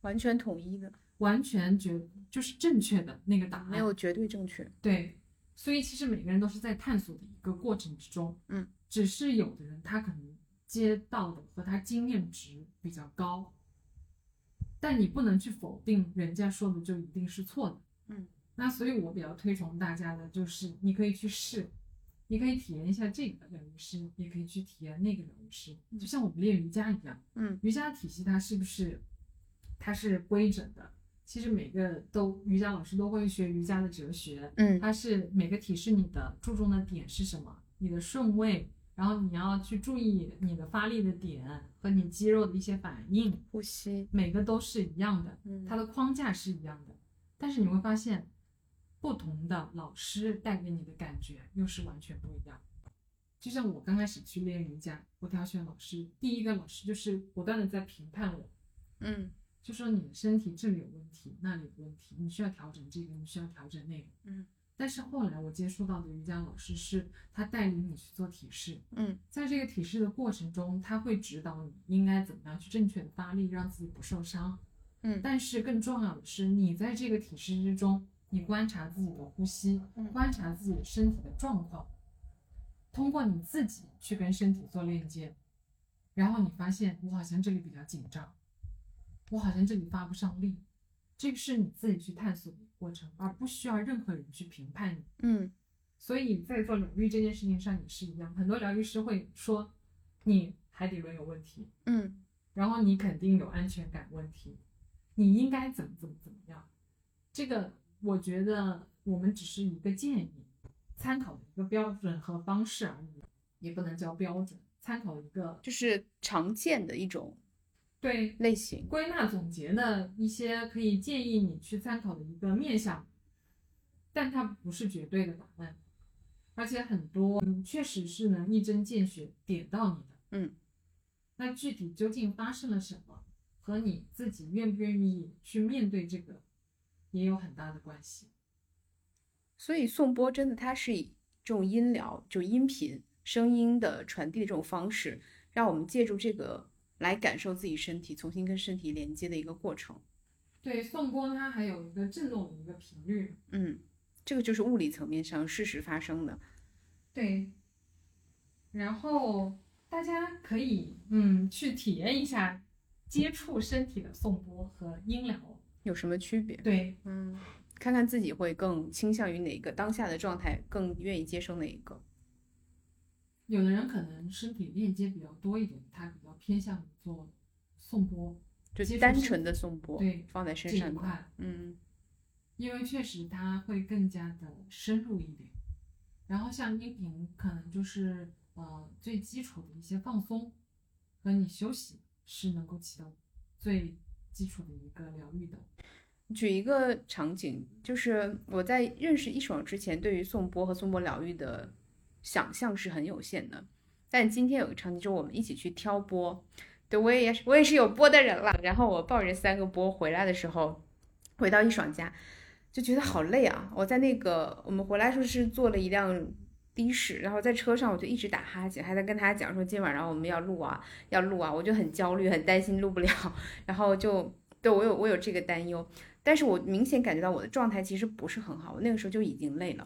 [SPEAKER 1] 完全统一的，
[SPEAKER 2] 完全觉就是正确的那个答案，
[SPEAKER 1] 没有绝对正确。
[SPEAKER 2] 对，所以其实每个人都是在探索的一个过程之中，
[SPEAKER 1] 嗯，
[SPEAKER 2] 只是有的人他可能接到的和他经验值比较高，但你不能去否定人家说的就一定是错的，
[SPEAKER 1] 嗯，
[SPEAKER 2] 那所以我比较推崇大家的就是你可以去试，你可以体验一下这个疗愈师，也可以去体验那个疗愈师，就像我们练瑜伽一样，
[SPEAKER 1] 嗯
[SPEAKER 2] 瑜伽体系它是不是它是规整的？其实每个都瑜伽老师都会学瑜伽的哲学，
[SPEAKER 1] 嗯
[SPEAKER 2] 它是每个体式你的注重的点是什么，你的顺位，然后你要去注意你的发力的点和你肌肉的一些反应，
[SPEAKER 1] 呼吸，
[SPEAKER 2] 每个都是一样的，
[SPEAKER 1] 嗯
[SPEAKER 2] 它的框架是一样的，但是你会发现，不同的老师带给你的感觉又是完全不一样。就像我刚开始去练瑜伽，我挑选老师，第一个老师就是不断的在评判我，
[SPEAKER 1] 嗯
[SPEAKER 2] 就说你的身体这里有问题，那里有问题，你需要调整这个，你需要调整那个。
[SPEAKER 1] 嗯
[SPEAKER 2] 但是后来我接触到的瑜伽老师是，他带领你去做体式，
[SPEAKER 1] 嗯
[SPEAKER 2] 在这个体式的过程中，他会指导你应该怎么样去正确的发力，让自己不受伤。
[SPEAKER 1] 嗯
[SPEAKER 2] 但是更重要的是，你在这个体式之中，你观察自己的呼吸，
[SPEAKER 1] 嗯
[SPEAKER 2] 观察自己的身体的状况，通过你自己去跟身体做链接，然后你发现我好像这里比较紧张，我好像这里发不上力，这个是你自己去探索的过程，而不需要任何人去评判你。
[SPEAKER 1] 嗯
[SPEAKER 2] 所以在做疗愈这件事情上也是一样，很多疗愈师会说你海底轮有问题，
[SPEAKER 1] 嗯
[SPEAKER 2] 然后你肯定有安全感问题，你应该怎么怎么怎么样。这个我觉得我们只是一个建议，参考的一个标准和方式而已，也不能叫标准，参考一个
[SPEAKER 1] 就是常见的一种
[SPEAKER 2] 对
[SPEAKER 1] 类型。
[SPEAKER 2] 归纳总结的一些可以建议你去参考的一个面向，但它不是绝对的答案，而且很多嗯确实是能一针见血点到你的。
[SPEAKER 1] 嗯，
[SPEAKER 2] 那具体究竟发生了什么，和你自己愿不愿意去面对这个，也有很大的关系。
[SPEAKER 1] 所以颂钵真的，它是以这种音疗，就音频声音的传递的这种方式，让我们借助这个来感受自己身体，重新跟身体连接的一个过程。
[SPEAKER 2] 对，颂钵它还有一个震动的一个频率，
[SPEAKER 1] 嗯，这个就是物理层面上事实发生的。
[SPEAKER 2] 对，然后大家可以嗯去体验一下接触身体的颂钵和音疗。
[SPEAKER 1] 有什么区别？
[SPEAKER 2] 对
[SPEAKER 1] 嗯，看看自己会更倾向于哪一个，当下的状态更愿意接受哪一个。
[SPEAKER 2] 有的人可能身体链接比较多一点，他比较偏向于做颂钵
[SPEAKER 1] 就
[SPEAKER 2] 接触
[SPEAKER 1] 单
[SPEAKER 2] 身
[SPEAKER 1] 纯的颂钵，
[SPEAKER 2] 对
[SPEAKER 1] 放在
[SPEAKER 2] 这
[SPEAKER 1] 身
[SPEAKER 2] 一
[SPEAKER 1] 上的话，
[SPEAKER 2] 块，
[SPEAKER 1] 嗯
[SPEAKER 2] 因为确实它会更加的深入一点。然后像音频可能就是呃最基础的一些放松和你休息是能够起到最基础的一个疗愈的。
[SPEAKER 1] 举一个场景，就是我在认识一爽之前，对于颂钵和颂钵疗愈的想象是很有限的。但今天有个场景，就是我们一起去挑钵，对我也是我也是有钵的人了。然后我抱着三个钵回来的时候，回到一爽家，就觉得好累啊！我在那个我们回来的时候是坐了一辆的士，然后在车上我就一直打哈欠，还在跟他讲说今晚上我们要录啊，要录啊，我就很焦虑，很担心录不了， 然后就对我有我有这个担忧，但是我明显感觉到我的状态其实不是很好，我那个时候就已经累了。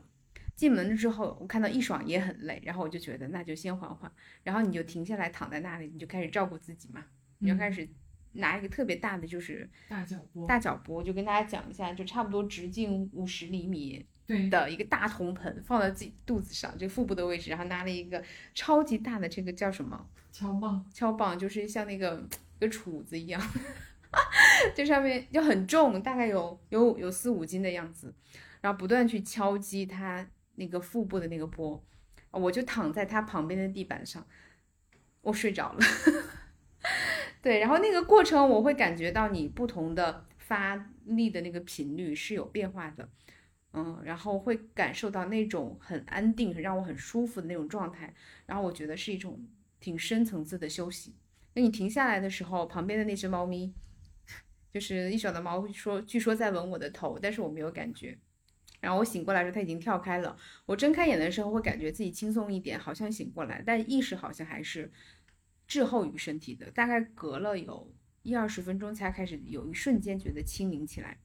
[SPEAKER 1] 进门之后，我看到一爽也很累，然后我就觉得那就先缓缓，然后你就停下来躺在那里，你就开始照顾自己嘛，你就开始拿一个特别大的就是
[SPEAKER 2] 大脚波，
[SPEAKER 1] 大脚钵，就跟大家讲一下，就差不多直径五十厘米
[SPEAKER 2] 对
[SPEAKER 1] 的一个大铜盆，放到自己肚子上，就腹部的位置，然后拿了一个超级大的这个叫什么
[SPEAKER 2] 敲棒，
[SPEAKER 1] 敲棒，就是像那个一个杵子一样， 这上面就很重，大概有有有四五斤的样子，然后不断去敲击它那个腹部的那个波，我就躺在它旁边的地板上，我睡着了。 对，然后那个过程我会感觉到你不同的发力的那个频率是有变化的，嗯，然后会感受到那种很安定、很让我很舒服的那种状态，然后我觉得是一种挺深层次的休息。那你停下来的时候，旁边的那只猫咪， 就是一小的猫说，据说在吻我的头，但是我没有感觉。然后我醒过来的时候，它已经跳开了。我睁开眼的时候，会感觉自己轻松一点，好像醒过来，但意识好像还是滞后于身体的。大概隔了有一二十分钟，才开始有一瞬间觉得清明起来。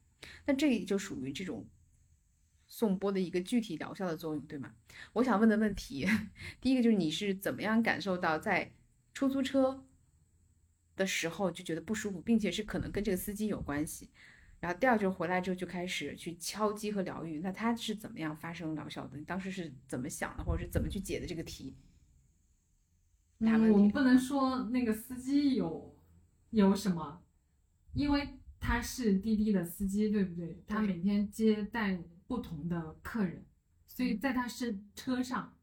[SPEAKER 1] 那这就属于这种颂钵的一个具体疗效的作用，对吗？我想问的问题，第一个就是你是怎么样感受到在出租车的时候就觉得不舒服，并且是可能跟这个司机有关系。然后第二就是回来之后就开始去敲击和疗愈，那它是怎么样发生疗效的？你当时是怎么想的，或者是怎么去解的这个题？大问
[SPEAKER 2] 嗯，
[SPEAKER 1] 题
[SPEAKER 2] 我们不能说那个司机有有什么，因为他是滴滴的司机，对不对？他每天接待不同的客人，所以在他身车上，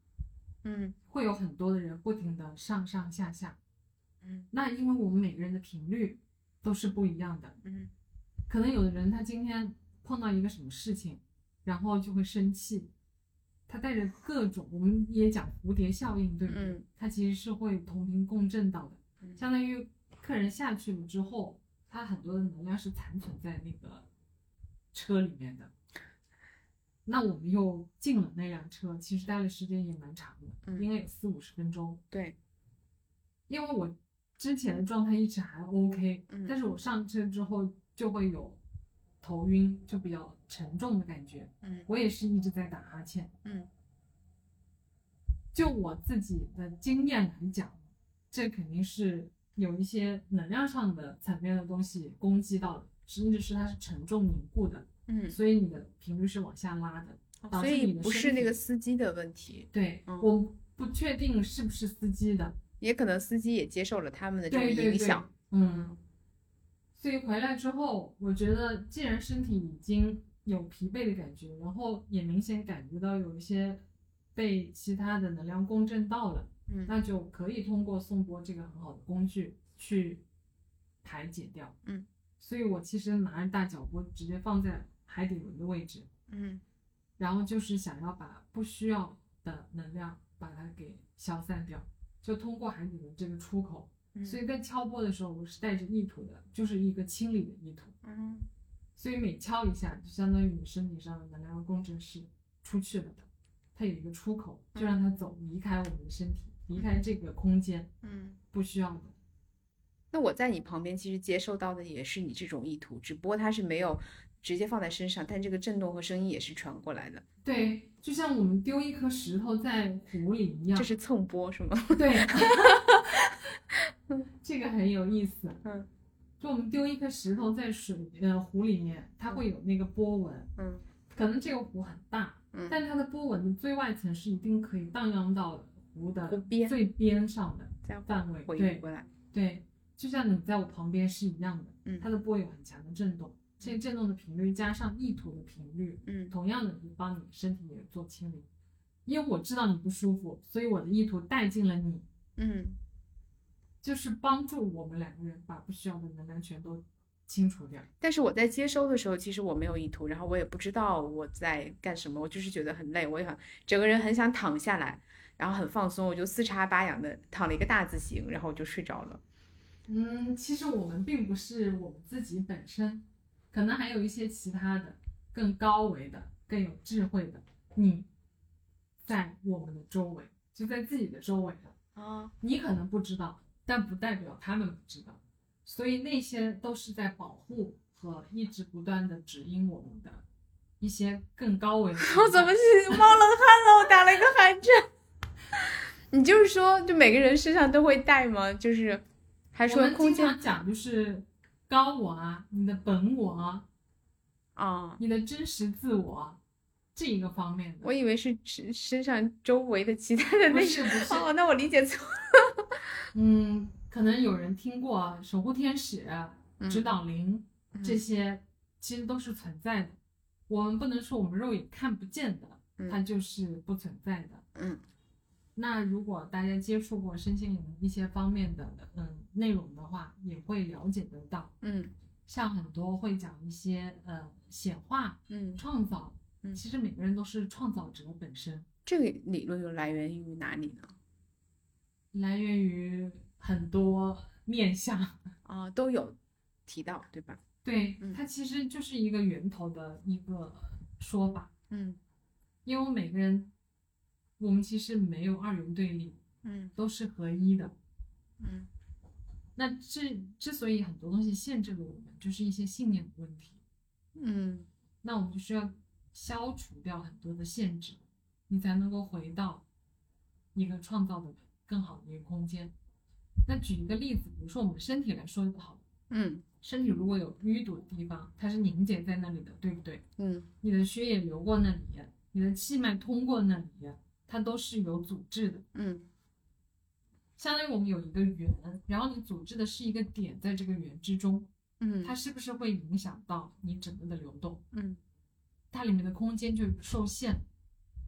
[SPEAKER 1] 嗯
[SPEAKER 2] 会有很多的人不停的上上下下。
[SPEAKER 1] 嗯
[SPEAKER 2] 那因为我们每个人的频率都是不一样的，
[SPEAKER 1] 嗯
[SPEAKER 2] 可能有的人他今天碰到一个什么事情，然后就会生气，他带着各种，我们也讲蝴蝶效应，对不对？
[SPEAKER 1] 嗯
[SPEAKER 2] 他其实是会同频共振到的，
[SPEAKER 1] 嗯
[SPEAKER 2] 相当于客人下去了之后，他很多的能量是残存在那个车里面的。那我们又进了那辆车，其实待的时间也蛮长的，
[SPEAKER 1] 嗯
[SPEAKER 2] 应该有四五十分钟。
[SPEAKER 1] 对，
[SPEAKER 2] 因为我之前的状态一直还 OK，、
[SPEAKER 1] 嗯
[SPEAKER 2] 但是我上车之后就会有头晕，就比较沉重的感觉。
[SPEAKER 1] 嗯
[SPEAKER 2] 我也是一直在打哈欠。
[SPEAKER 1] 嗯，
[SPEAKER 2] 就我自己的经验来讲，这肯定是有一些能量上的层面的东西攻击到了，甚至是它是沉重凝固的，
[SPEAKER 1] 嗯，
[SPEAKER 2] 所以你的频率是往下拉的。导
[SPEAKER 1] 所
[SPEAKER 2] 致
[SPEAKER 1] 以
[SPEAKER 2] 你的
[SPEAKER 1] 不
[SPEAKER 2] 身
[SPEAKER 1] 是那
[SPEAKER 2] 体
[SPEAKER 1] 个司机的问题，
[SPEAKER 2] 对，
[SPEAKER 1] 嗯
[SPEAKER 2] 我不确定是不是司机的，
[SPEAKER 1] 也可能司机也接受了他们的这种
[SPEAKER 2] 对对
[SPEAKER 1] 影
[SPEAKER 2] 对
[SPEAKER 1] 响。
[SPEAKER 2] 嗯，所以回来之后，我觉得既然身体已经有疲惫的感觉，然后也明显感觉到有一些被其他的能量共振到了，
[SPEAKER 1] 嗯
[SPEAKER 2] 那就可以通过颂钵这个很好的工具去排解掉。
[SPEAKER 1] 嗯，
[SPEAKER 2] 所以我其实拿着大脚钵直接放在海底轮的位置，
[SPEAKER 1] 嗯
[SPEAKER 2] 然后就是想要把不需要的能量把它给消散掉，就通过海底轮这个出口。
[SPEAKER 1] 嗯
[SPEAKER 2] 所以在敲钵的时候，我是带着意图的，就是一个清理的意图。
[SPEAKER 1] 嗯
[SPEAKER 2] 所以每敲一下，就相当于你身体上的能量共振是出去了的，它有一个出口，
[SPEAKER 1] 嗯
[SPEAKER 2] 就让它走，离开我们的身体，离开这个空间，
[SPEAKER 1] 嗯。
[SPEAKER 2] 不需要的。
[SPEAKER 1] 那我在你旁边，其实接受到的也是你这种意图，只不过它是没有直接放在身上，但这个震动和声音也是传过来的，
[SPEAKER 2] 对，就像我们丢一颗石头在湖里一样
[SPEAKER 1] 这。是蹭波是吗？
[SPEAKER 2] 对， 这个很有意思。
[SPEAKER 1] 嗯，
[SPEAKER 2] 就我们丢一颗石头在水呃湖里面，它会有那个波纹。
[SPEAKER 1] 嗯
[SPEAKER 2] 可能这个湖很大，
[SPEAKER 1] 嗯
[SPEAKER 2] 但它的波纹的最外层是一定可以荡漾到湖
[SPEAKER 1] 湖
[SPEAKER 2] 的
[SPEAKER 1] 边
[SPEAKER 2] 最边上的
[SPEAKER 1] 这样
[SPEAKER 2] 范围。
[SPEAKER 1] 回
[SPEAKER 2] 对
[SPEAKER 1] 过来，
[SPEAKER 2] 对，就像你在我旁边是一样的，
[SPEAKER 1] 嗯
[SPEAKER 2] 它的波有很强的震动，这个震动的频率加上意图的频率，
[SPEAKER 1] 嗯
[SPEAKER 2] 同样的你帮你身体也做清理。因为我知道你不舒服，所以我的意图带进了你，
[SPEAKER 1] 嗯
[SPEAKER 2] 就是帮助我们两个人把不需要的能量全都清除掉。
[SPEAKER 1] 但是我在接收的时候，其实我没有意图，然后我也不知道我在干什么，我就是觉得很累，我也很整个人很想躺下来，然后很放松，我就四叉八仰的躺了一个大字形，然后我就睡着了。
[SPEAKER 2] 嗯，其实我们并不是我们自己本身，可能还有一些其他的更高维的、更有智慧的你，在我们的周围，就在自己的周围了。
[SPEAKER 1] 啊，
[SPEAKER 2] 你可能不知道，但不代表他们不知道。所以那些都是在保护和一直不断的指引我们的一些更高维的存在。
[SPEAKER 1] 我怎么是冒冷汗了？我打了一个寒战。 你就是说，就每个人身上都会带吗？就是还
[SPEAKER 2] 我
[SPEAKER 1] 说
[SPEAKER 2] 们
[SPEAKER 1] 空
[SPEAKER 2] 经
[SPEAKER 1] 间
[SPEAKER 2] 常讲就是高我啊，你的本我啊，
[SPEAKER 1] 啊，
[SPEAKER 2] 你的真实自我啊这一个方面的，
[SPEAKER 1] 我以为是身身上周围的其他的
[SPEAKER 2] 不
[SPEAKER 1] 那
[SPEAKER 2] 是
[SPEAKER 1] 些。
[SPEAKER 2] 不是，
[SPEAKER 1] 哦，那我理解错了。
[SPEAKER 2] 嗯，可能有人听过守护天使、啊
[SPEAKER 1] 嗯
[SPEAKER 2] 指导灵、这
[SPEAKER 1] 嗯
[SPEAKER 2] 些，其实都是存在的。我们不能说我们肉眼看不见的，
[SPEAKER 1] 嗯
[SPEAKER 2] 它就是不存在的。
[SPEAKER 1] 嗯
[SPEAKER 2] 那如果大家接触过身心灵一些方面的嗯内容的话，也会了解得到。
[SPEAKER 1] 嗯
[SPEAKER 2] 像很多会讲一些呃显化、
[SPEAKER 1] 嗯，
[SPEAKER 2] 创造，
[SPEAKER 1] 嗯
[SPEAKER 2] 其实每个人都是创造者本身。
[SPEAKER 1] 这个理论又来源于哪里呢？
[SPEAKER 2] 来源于很多面相，
[SPEAKER 1] 啊、都有提到，对吧？
[SPEAKER 2] 对
[SPEAKER 1] 嗯，
[SPEAKER 2] 它其实就是一个源头的一个说法，
[SPEAKER 1] 嗯
[SPEAKER 2] 因为我们每个人，我们其实没有二元对立，
[SPEAKER 1] 嗯
[SPEAKER 2] 都是合一的。
[SPEAKER 1] 嗯
[SPEAKER 2] 那之之所以很多东西限制了我们，就是一些信念的问题，
[SPEAKER 1] 嗯
[SPEAKER 2] 那我们就需要消除掉很多的限制，你才能够回到一个创造的更好的一个空间。那举一个例子，比如说我们身体来说好了
[SPEAKER 1] 嗯
[SPEAKER 2] 身体如果有淤堵的地方，它是凝结在那里的，对不对？
[SPEAKER 1] 嗯
[SPEAKER 2] 你的血液流过那里，你的气脉通过那里，它都是有阻滞的。
[SPEAKER 1] 嗯
[SPEAKER 2] 相当于我们有一个圆，然后你阻滞的是一个点，在这个圆之中，
[SPEAKER 1] 嗯，
[SPEAKER 2] 它是不是会影响到你整个的流动？
[SPEAKER 1] 嗯
[SPEAKER 2] 它里面的空间就受限。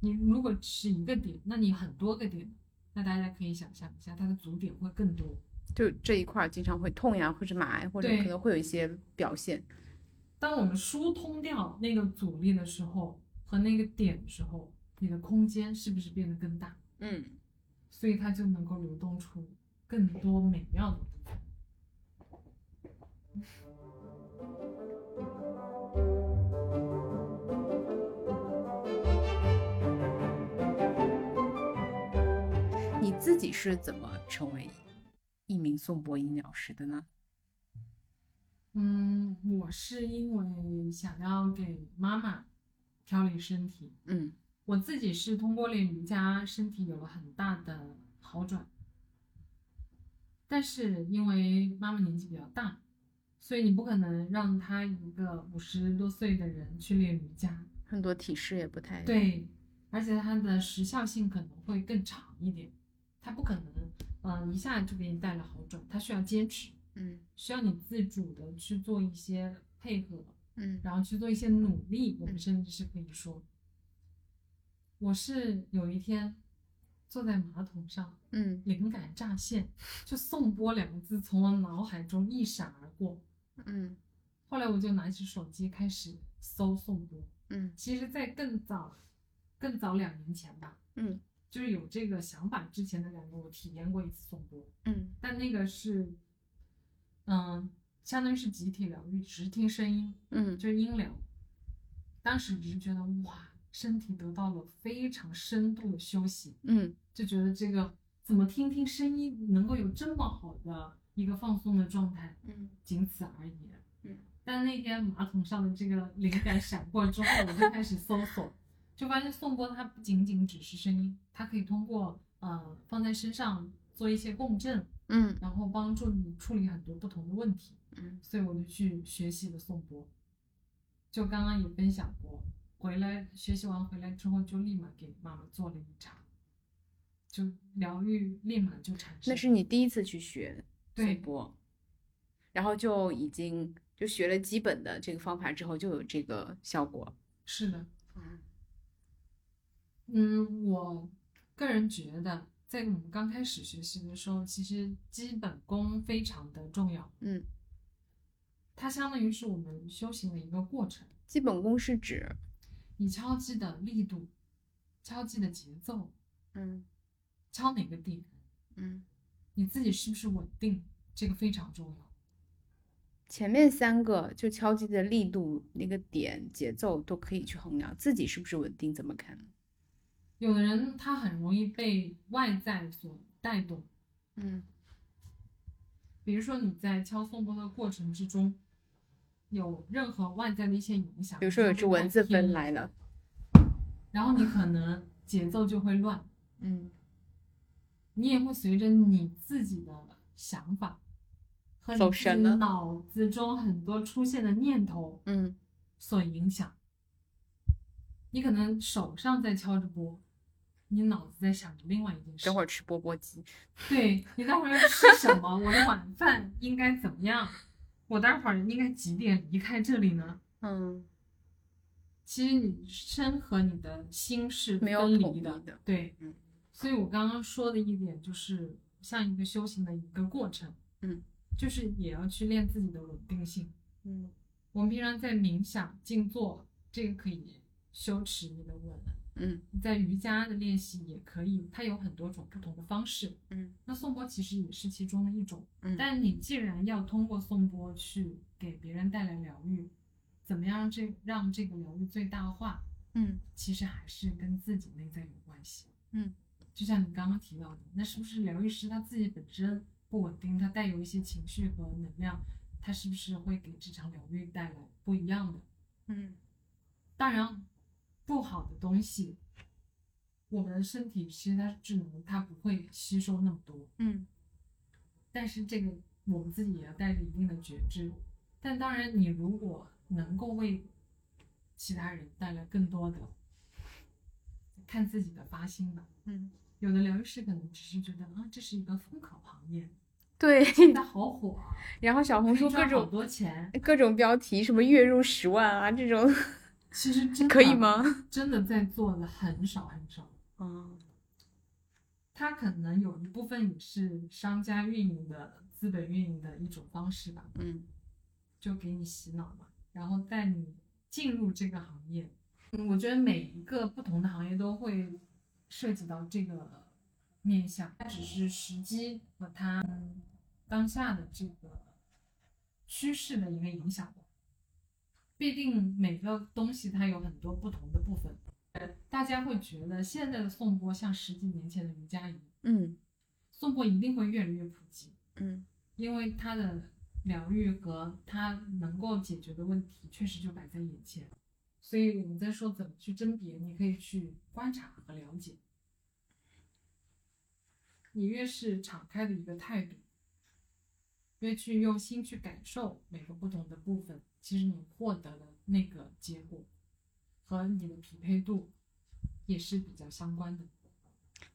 [SPEAKER 2] 你如果是一个点，那你很多个点，那大家可以想象一下，它的组点会更多。
[SPEAKER 1] 就这一块儿经常会痛呀，或者麻呀，或者
[SPEAKER 2] 对
[SPEAKER 1] 可能会有一些表现。
[SPEAKER 2] 当我们疏通掉那个阻力的时候和那个点的时候，你的空间是不是变得更大？
[SPEAKER 1] 嗯，
[SPEAKER 2] 所以它就能够流动出更多美妙的部分。
[SPEAKER 1] 你自己是怎么成为一名颂钵音疗师的呢？
[SPEAKER 2] 嗯，我是因为想要给妈妈调理身体，
[SPEAKER 1] 嗯
[SPEAKER 2] 我自己是通过练瑜伽，身体有了很大的好转。但是因为妈妈年纪比较大，所以你不可能让她一个五十多岁的人去练瑜伽，
[SPEAKER 1] 很多体式也不太，
[SPEAKER 2] 对，而且它的时效性可能会更长一点，它不可能，嗯、一下就给你带来好转，它需要坚持，
[SPEAKER 1] 嗯
[SPEAKER 2] 需要你自主的去做一些配合，
[SPEAKER 1] 嗯
[SPEAKER 2] 然后去做一些努力，我们甚至是可以说，我是有一天坐在马桶上，
[SPEAKER 1] 嗯
[SPEAKER 2] 灵感乍现，就“颂钵”两个字从我脑海中一闪而过。
[SPEAKER 1] 嗯
[SPEAKER 2] 后来我就拿起手机开始搜颂钵。
[SPEAKER 1] 嗯
[SPEAKER 2] 其实，在更早、更早两年前吧，
[SPEAKER 1] 嗯
[SPEAKER 2] 就是有这个想法之前的两年，我体验过一次颂钵，
[SPEAKER 1] 嗯
[SPEAKER 2] 但那个是，嗯，相当于是集体疗愈，只是听声音，
[SPEAKER 1] 嗯
[SPEAKER 2] 就是音疗。当时只是觉得哇，身体得到了非常深度的休息，
[SPEAKER 1] 嗯
[SPEAKER 2] 就觉得这个怎么听听声音能够有这么好的一个放松的状态，
[SPEAKER 1] 嗯
[SPEAKER 2] 仅此而已。
[SPEAKER 1] 嗯，
[SPEAKER 2] 但那天马桶上的这个灵感闪过之后，我就开始搜索，就发现颂钵它不仅仅只是声音，它可以通过呃放在身上做一些共振，
[SPEAKER 1] 嗯
[SPEAKER 2] 然后帮助你处理很多不同的问题。
[SPEAKER 1] 嗯
[SPEAKER 2] 所以我就去学习了颂钵，就刚刚也分享过，回来学习完回来之后就立马给妈妈做了一茶，就疗愈立马就产生。
[SPEAKER 1] 那是你第一次去学
[SPEAKER 2] 对
[SPEAKER 1] 颂钵，然后就已经就学了基本的这个方法之后，就有这个效果。
[SPEAKER 2] 是的，
[SPEAKER 1] 嗯
[SPEAKER 2] 嗯，我个人觉得，在我们刚开始学习的时候，其实基本功非常的重要，
[SPEAKER 1] 嗯，
[SPEAKER 2] 它相当于是我们修行的一个过程。
[SPEAKER 1] 基本功是指
[SPEAKER 2] 你敲击的力度、敲击的节奏、
[SPEAKER 1] 嗯
[SPEAKER 2] 敲哪个点，
[SPEAKER 1] 嗯，
[SPEAKER 2] 你自己是不是稳定，这个非常重要。
[SPEAKER 1] 前面三个就敲击的力度、那个点、节奏都可以去衡量自己是不是稳定，怎么看？
[SPEAKER 2] 有的人他很容易被外在所带动，
[SPEAKER 1] 嗯
[SPEAKER 2] 比如说你在敲颂钵的过程之中，有任何外在的一些影响，
[SPEAKER 1] 比如说有只蚊子飞来了，
[SPEAKER 2] 然后你可能节奏就会乱，
[SPEAKER 1] 嗯
[SPEAKER 2] 你也会随着你自己的想法和你
[SPEAKER 1] 走
[SPEAKER 2] 自己
[SPEAKER 1] 神了
[SPEAKER 2] 脑子中很多出现的念头
[SPEAKER 1] 嗯
[SPEAKER 2] 所影响。你可能手上在敲着钵，你脑子在想着另外一件事。
[SPEAKER 1] 等会儿吃钵钵鸡，
[SPEAKER 2] 对你待会儿要吃什么？我的晚饭应该怎么样？我待会儿应该几点离开这里呢？
[SPEAKER 1] 嗯，
[SPEAKER 2] 其实你身和你的心是
[SPEAKER 1] 没有
[SPEAKER 2] 分
[SPEAKER 1] 统
[SPEAKER 2] 离
[SPEAKER 1] 一
[SPEAKER 2] 的，
[SPEAKER 1] 的，
[SPEAKER 2] 对，
[SPEAKER 1] 嗯
[SPEAKER 2] 所以我刚刚说的一点就是像一个修行的一个过程，
[SPEAKER 1] 嗯，
[SPEAKER 2] 就是也要去练自己的稳定性。
[SPEAKER 1] 嗯
[SPEAKER 2] 我们平常在冥想、静坐，这个可以修持你的稳，
[SPEAKER 1] 嗯
[SPEAKER 2] 在瑜伽的练习也可以，它有很多种不同的方式。
[SPEAKER 1] 嗯
[SPEAKER 2] 那颂钵其实也是其中的一种。
[SPEAKER 1] 嗯
[SPEAKER 2] 但你既然要通过颂钵去给别人带来疗愈，怎么样让这让这个疗愈最大化，
[SPEAKER 1] 嗯
[SPEAKER 2] 其实还是跟自己内在有关系。
[SPEAKER 1] 嗯，
[SPEAKER 2] 就像你刚刚提到的，那是不是疗愈师他自己本身不稳定，他带有一些情绪和能量，他是不是会给这场疗愈带来不一样的？
[SPEAKER 1] 嗯
[SPEAKER 2] 当然，不好的东西，我们的身体其实它是智能，它不会吸收那么多。
[SPEAKER 1] 嗯
[SPEAKER 2] 但是这个我们自己也要带着一定的觉知。但当然，你如果能够为其他人带来更多的，看自己的发心吧。
[SPEAKER 1] 嗯，
[SPEAKER 2] 有的疗愈师可能只是觉得啊，这是一个风口行 业，
[SPEAKER 1] 对。
[SPEAKER 2] 现在好火啊，
[SPEAKER 1] 然后小
[SPEAKER 2] 可
[SPEAKER 1] 红
[SPEAKER 2] 以
[SPEAKER 1] 书各
[SPEAKER 2] 赚好
[SPEAKER 1] 种
[SPEAKER 2] 多钱。
[SPEAKER 1] 各种标题，什么月入十万啊这种，
[SPEAKER 2] 其实真的
[SPEAKER 1] 可以？吗？
[SPEAKER 2] 真的在做的很少很少，
[SPEAKER 1] 嗯
[SPEAKER 2] 它可能有一部分也是商家运营的资本运营的一种方式吧，
[SPEAKER 1] 嗯，
[SPEAKER 2] 就给你洗脑嘛，然后带你进入这个行业。嗯，我觉得每一个不同的行业都会涉及到这个面向，它只是时机和它嗯当下的这个趋势的一个影响吧。必定每个东西它有很多不同的部分，呃，大家会觉得现在的颂钵像十几年前的瑜伽一样，
[SPEAKER 1] 嗯
[SPEAKER 2] 颂钵一定会越来越普及。
[SPEAKER 1] 嗯
[SPEAKER 2] 因为它的疗愈和它能够解决的问题确实就摆在眼前，所以我们在说怎么去甄别，你可以去观察和了解。你越是敞开的一个态度，越去用心去感受每个不同的部分，其实你获得的那个结果和你的匹配度也是比较相关的。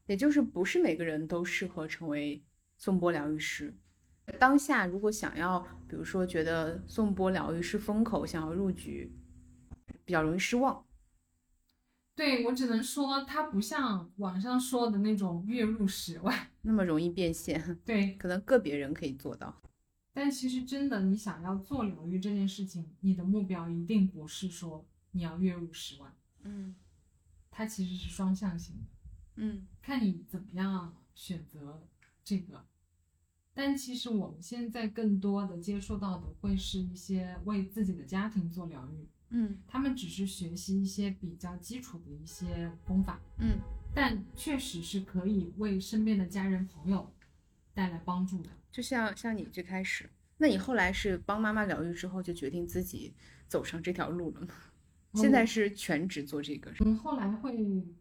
[SPEAKER 1] 也就是不是每个人都适合成为颂钵疗愈师。当下如果想要，比如说觉得颂钵疗愈师风口，想要入局，比较容易失望。
[SPEAKER 2] 对我只能说，它不像网上说的那种月入十万，
[SPEAKER 1] 那么容易变现，
[SPEAKER 2] 对，
[SPEAKER 1] 可能个别人可以做到。
[SPEAKER 2] 但其实真的，你想要做疗愈这件事情，你的目标一定不是说你要月入十万，
[SPEAKER 1] 嗯
[SPEAKER 2] 它其实是双向型的，
[SPEAKER 1] 嗯
[SPEAKER 2] 看你怎么样选择这个。但其实我们现在更多的接触到的会是一些为自己的家庭做疗愈，
[SPEAKER 1] 嗯
[SPEAKER 2] 他们只是学习一些比较基础的一些功法，
[SPEAKER 1] 嗯
[SPEAKER 2] 但确实是可以为身边的家人朋友带来帮助的。
[SPEAKER 1] 就像像你最开始，那你后来是帮妈妈疗愈之后，就决定自己走上这条路了吗？现在是全职做这个，是吗
[SPEAKER 2] 嗯，后来会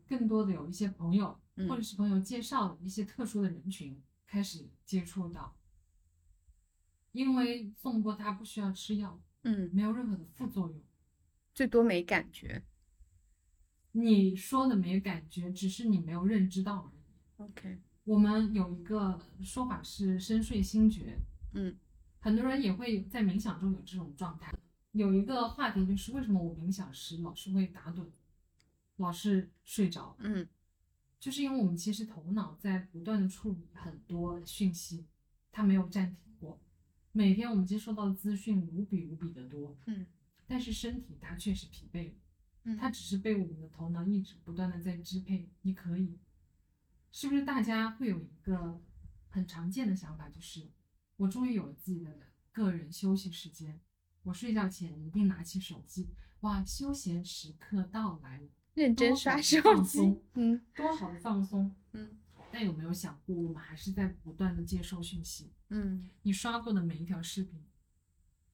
[SPEAKER 2] 更多的有一些朋友，
[SPEAKER 1] 嗯
[SPEAKER 2] 或者是朋友介绍的一些特殊的人群开始接触到，因为颂钵它不需要吃药，
[SPEAKER 1] 嗯，
[SPEAKER 2] 没有任何的副作用。
[SPEAKER 1] 最多没感觉。
[SPEAKER 2] 你说的没感觉，只是你没有认知到而已。
[SPEAKER 1] OK，
[SPEAKER 2] 我们有一个说法是深睡心觉，
[SPEAKER 1] 嗯，
[SPEAKER 2] 很多人也会在冥想中有这种状态。有一个话题就是为什么我冥想时老是会打盹，老是睡着，
[SPEAKER 1] 嗯
[SPEAKER 2] 就是因为我们其实头脑在不断的处理很多讯息，它没有暂停过。每天我们接收到的资讯无比无比的多，
[SPEAKER 1] 嗯
[SPEAKER 2] 但是身体它确实疲惫了，
[SPEAKER 1] 嗯
[SPEAKER 2] 它只是被我们的头脑一直不断的在支配。你可以，是不是大家会有一个很常见的想法，就是我终于有了自己的个人休息时间，我睡觉前一定拿起手机，哇，休闲时刻到来了。
[SPEAKER 1] 认真
[SPEAKER 2] 多
[SPEAKER 1] 刷
[SPEAKER 2] 感
[SPEAKER 1] 手
[SPEAKER 2] 放
[SPEAKER 1] 机
[SPEAKER 2] 松。
[SPEAKER 1] 嗯
[SPEAKER 2] 多好的放松。
[SPEAKER 1] 嗯，
[SPEAKER 2] 但有没有想过，我们还是在不断的接收讯息？
[SPEAKER 1] 嗯
[SPEAKER 2] 你刷过的每一条视频，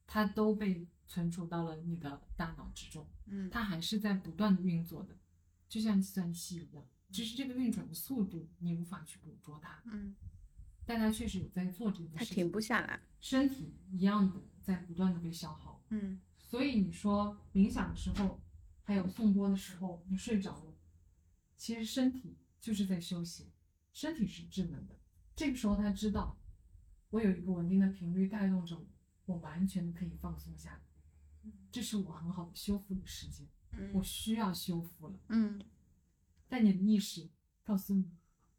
[SPEAKER 2] 它都被存储到了你的大脑之中，
[SPEAKER 1] 嗯
[SPEAKER 2] 它还是在不断的运作的，就像计算器一样。只是这个运转的速度，你无法去捕捉它，
[SPEAKER 1] 嗯，
[SPEAKER 2] 但它确实有在做这件
[SPEAKER 1] 它
[SPEAKER 2] 事
[SPEAKER 1] 停
[SPEAKER 2] 情。
[SPEAKER 1] 不下来。
[SPEAKER 2] 身体一样的在不断的被消耗，
[SPEAKER 1] 嗯
[SPEAKER 2] 所以你说冥想的时候，还有颂钵的时候，你睡着了，其实身体就是在休息，身体是智能的。这个时候他知道，我有一个稳定的频率带动着我，我完全可以放松下来，这是我很好的修复的时间，我
[SPEAKER 1] 嗯
[SPEAKER 2] 需要修复了。
[SPEAKER 1] 嗯
[SPEAKER 2] 但你的意识告诉你，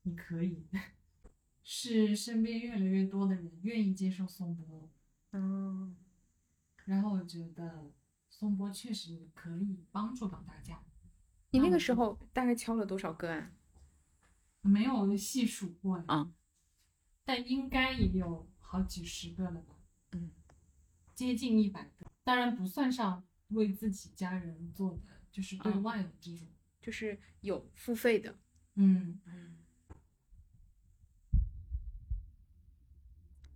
[SPEAKER 2] 你可以。 是身边越来越多的人愿意接受颂钵，
[SPEAKER 1] 哦，
[SPEAKER 2] 然后我觉得松波确实可以帮助到大家，
[SPEAKER 1] 你那
[SPEAKER 2] 嗯
[SPEAKER 1] 个时候大概敲了多少个案？
[SPEAKER 2] 没有细数过呀
[SPEAKER 1] 啊，
[SPEAKER 2] 但应该也有好几十个了吧，
[SPEAKER 1] 嗯，
[SPEAKER 2] 接近一百个，当然不算上为自己家人做的，就是对
[SPEAKER 1] 嗯
[SPEAKER 2] 外的这种，
[SPEAKER 1] 就是有付费的。
[SPEAKER 2] 嗯，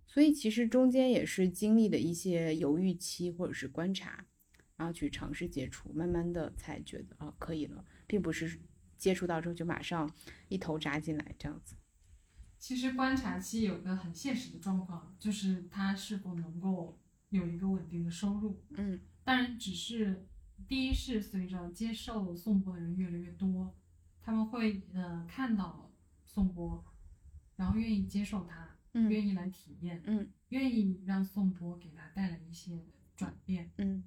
[SPEAKER 1] 所以其实中间也是经历的一些犹豫期或者是观察，然后去尝试接触，慢慢的才觉得啊、可以了，并不是接触到之后就马上一头扎进来这样子。
[SPEAKER 2] 其实观察期有个很现实的状况，就是他是否能够有一个稳定的收入，
[SPEAKER 1] 嗯
[SPEAKER 2] 当然，只是第一是随着接受颂钵的人越来越多，他们会呃看到颂钵，然后愿意接受它，愿意来体验，
[SPEAKER 1] 嗯
[SPEAKER 2] 愿意让颂钵给他带来一些转变。
[SPEAKER 1] 嗯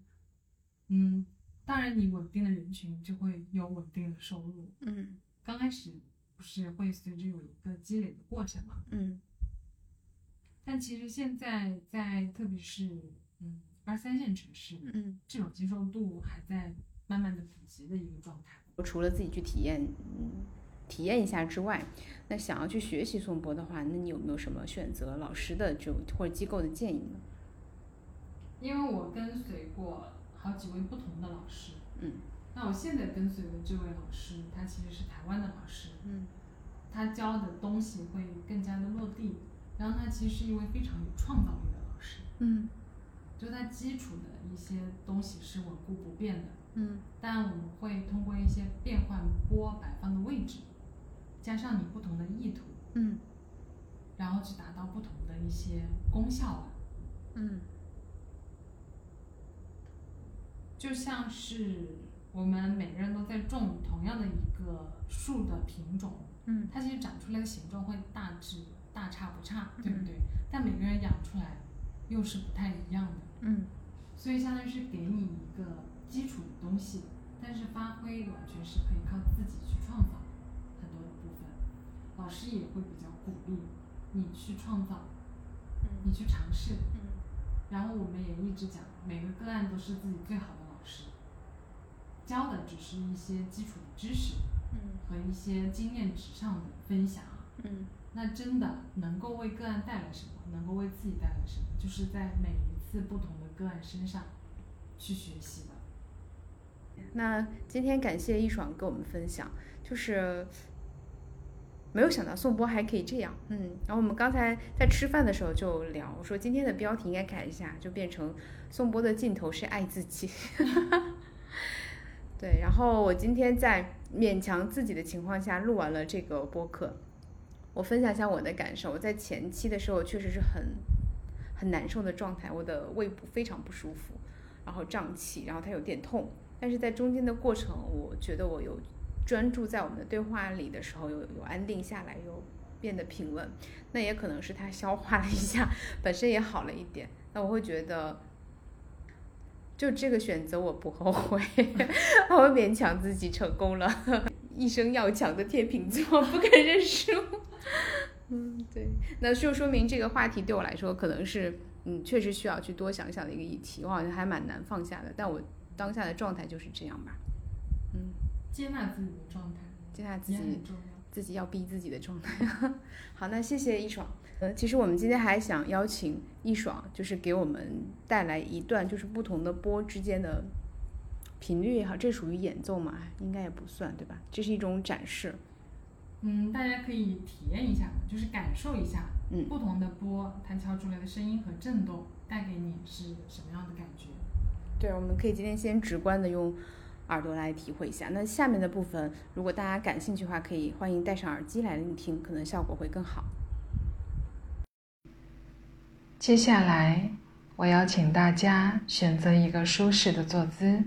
[SPEAKER 2] 嗯，当然，你稳定的人群就会有稳定的收入。
[SPEAKER 1] 嗯
[SPEAKER 2] 刚开始不是会随着有一个积累的过程嘛？
[SPEAKER 1] 嗯
[SPEAKER 2] 但其实现在在特别是嗯二三线城市，
[SPEAKER 1] 嗯，
[SPEAKER 2] 这种接受度还在慢慢的普及的一个状态。
[SPEAKER 1] 我除了自己去体验，嗯，体验一下之外，那想要去学习颂钵的话，那你有没有什么选择老师的就或者机构的建议呢？
[SPEAKER 2] 因为我跟随过好几位不同的老师，
[SPEAKER 1] 嗯，
[SPEAKER 2] 那我现在跟随的这位老师，他其实是台湾的老师，
[SPEAKER 1] 嗯
[SPEAKER 2] 他教的东西会更加的落地，然后他其实是一位非常有创造力的老师，
[SPEAKER 1] 嗯
[SPEAKER 2] 就他基础的一些东西是稳固不变的，
[SPEAKER 1] 嗯
[SPEAKER 2] 但我们会通过一些变换波摆放的位置，加上你不同的意图，
[SPEAKER 1] 嗯
[SPEAKER 2] 然后去达到不同的一些功效吧。
[SPEAKER 1] 嗯
[SPEAKER 2] 就像是我们每个人都在种同样的一个树的品种，
[SPEAKER 1] 嗯
[SPEAKER 2] 它其实长出来的形状会大致大差不差，
[SPEAKER 1] 嗯
[SPEAKER 2] 对不对？但每个人养出来又是不太一样的，
[SPEAKER 1] 嗯
[SPEAKER 2] 所以相当于是给你一个基础的东西，但是发挥完全是可以靠自己去创造很多的部分。老师也会比较鼓励你去创造，
[SPEAKER 1] 嗯
[SPEAKER 2] 你去尝试，然后我们也一直讲，每个个案都是自己最好的老师，教的只是一些基础的知识和一些经验值上的分享。啊
[SPEAKER 1] 嗯
[SPEAKER 2] 那真的能够为个案带来什么，能够为自己带来什么，就是在每一次不同的个案身上去学习的。
[SPEAKER 1] 那今天感谢易爽跟我们分享，就是没有想到宋波还可以这样，嗯。然后我们刚才在吃饭的时候就聊，我说今天的标题应该改一下，就变成宋波的尽头是爱自己。 对，然后我今天在勉强自己的情况下录完了这个播客，我分享一下我的感受。我在前期的时候确实是很很难受的状态，我的胃部非常不舒服，然后胀气，然后它有点痛。但是在中间的过程，我觉得我有专注在我们的对话里的时候，有有安定下来，有变得平稳。那也可能是它消化了一下，本身也好了一点。那我会觉得，就这个选择我不后悔， 我会勉强自己成功了。 一生要强的天秤座不肯认输。 嗯，对，那就说明这个话题对我来说可能是，嗯，确实需要去多想想的一个议题。我好像还蛮难放下的，但我当下的状态就是这样吧。嗯，
[SPEAKER 2] 接纳自己的状态
[SPEAKER 1] 接下来自
[SPEAKER 2] 也
[SPEAKER 1] 己
[SPEAKER 2] 很重要。
[SPEAKER 1] 自己要逼自己的状态。 好，那谢谢易爽。呃，其实我们今天还想邀请易爽，就是给我们带来一段就是不同的波之间的频率也好，这属于演奏嘛？应该也不算对吧？这是一种展示。
[SPEAKER 2] 嗯，大家可以体验一下，就是感受一下，
[SPEAKER 1] 嗯
[SPEAKER 2] 不同的波它敲出来的声音和震动带给你是什么样的感觉。
[SPEAKER 1] 对，我们可以今天先直观的用耳朵来体会一下。那下面的部分，如果大家感兴趣的话，可以欢迎戴上耳机来聆听，可能效果会更好。
[SPEAKER 2] 接下来，我邀请大家选择一个舒适的坐姿，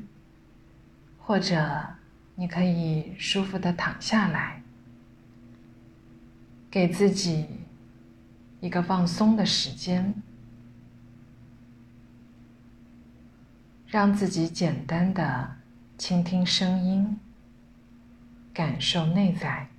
[SPEAKER 2] 或者你可以舒服的躺下来，给自己一个放松的时间，让自己简单的倾听声音，感受内在。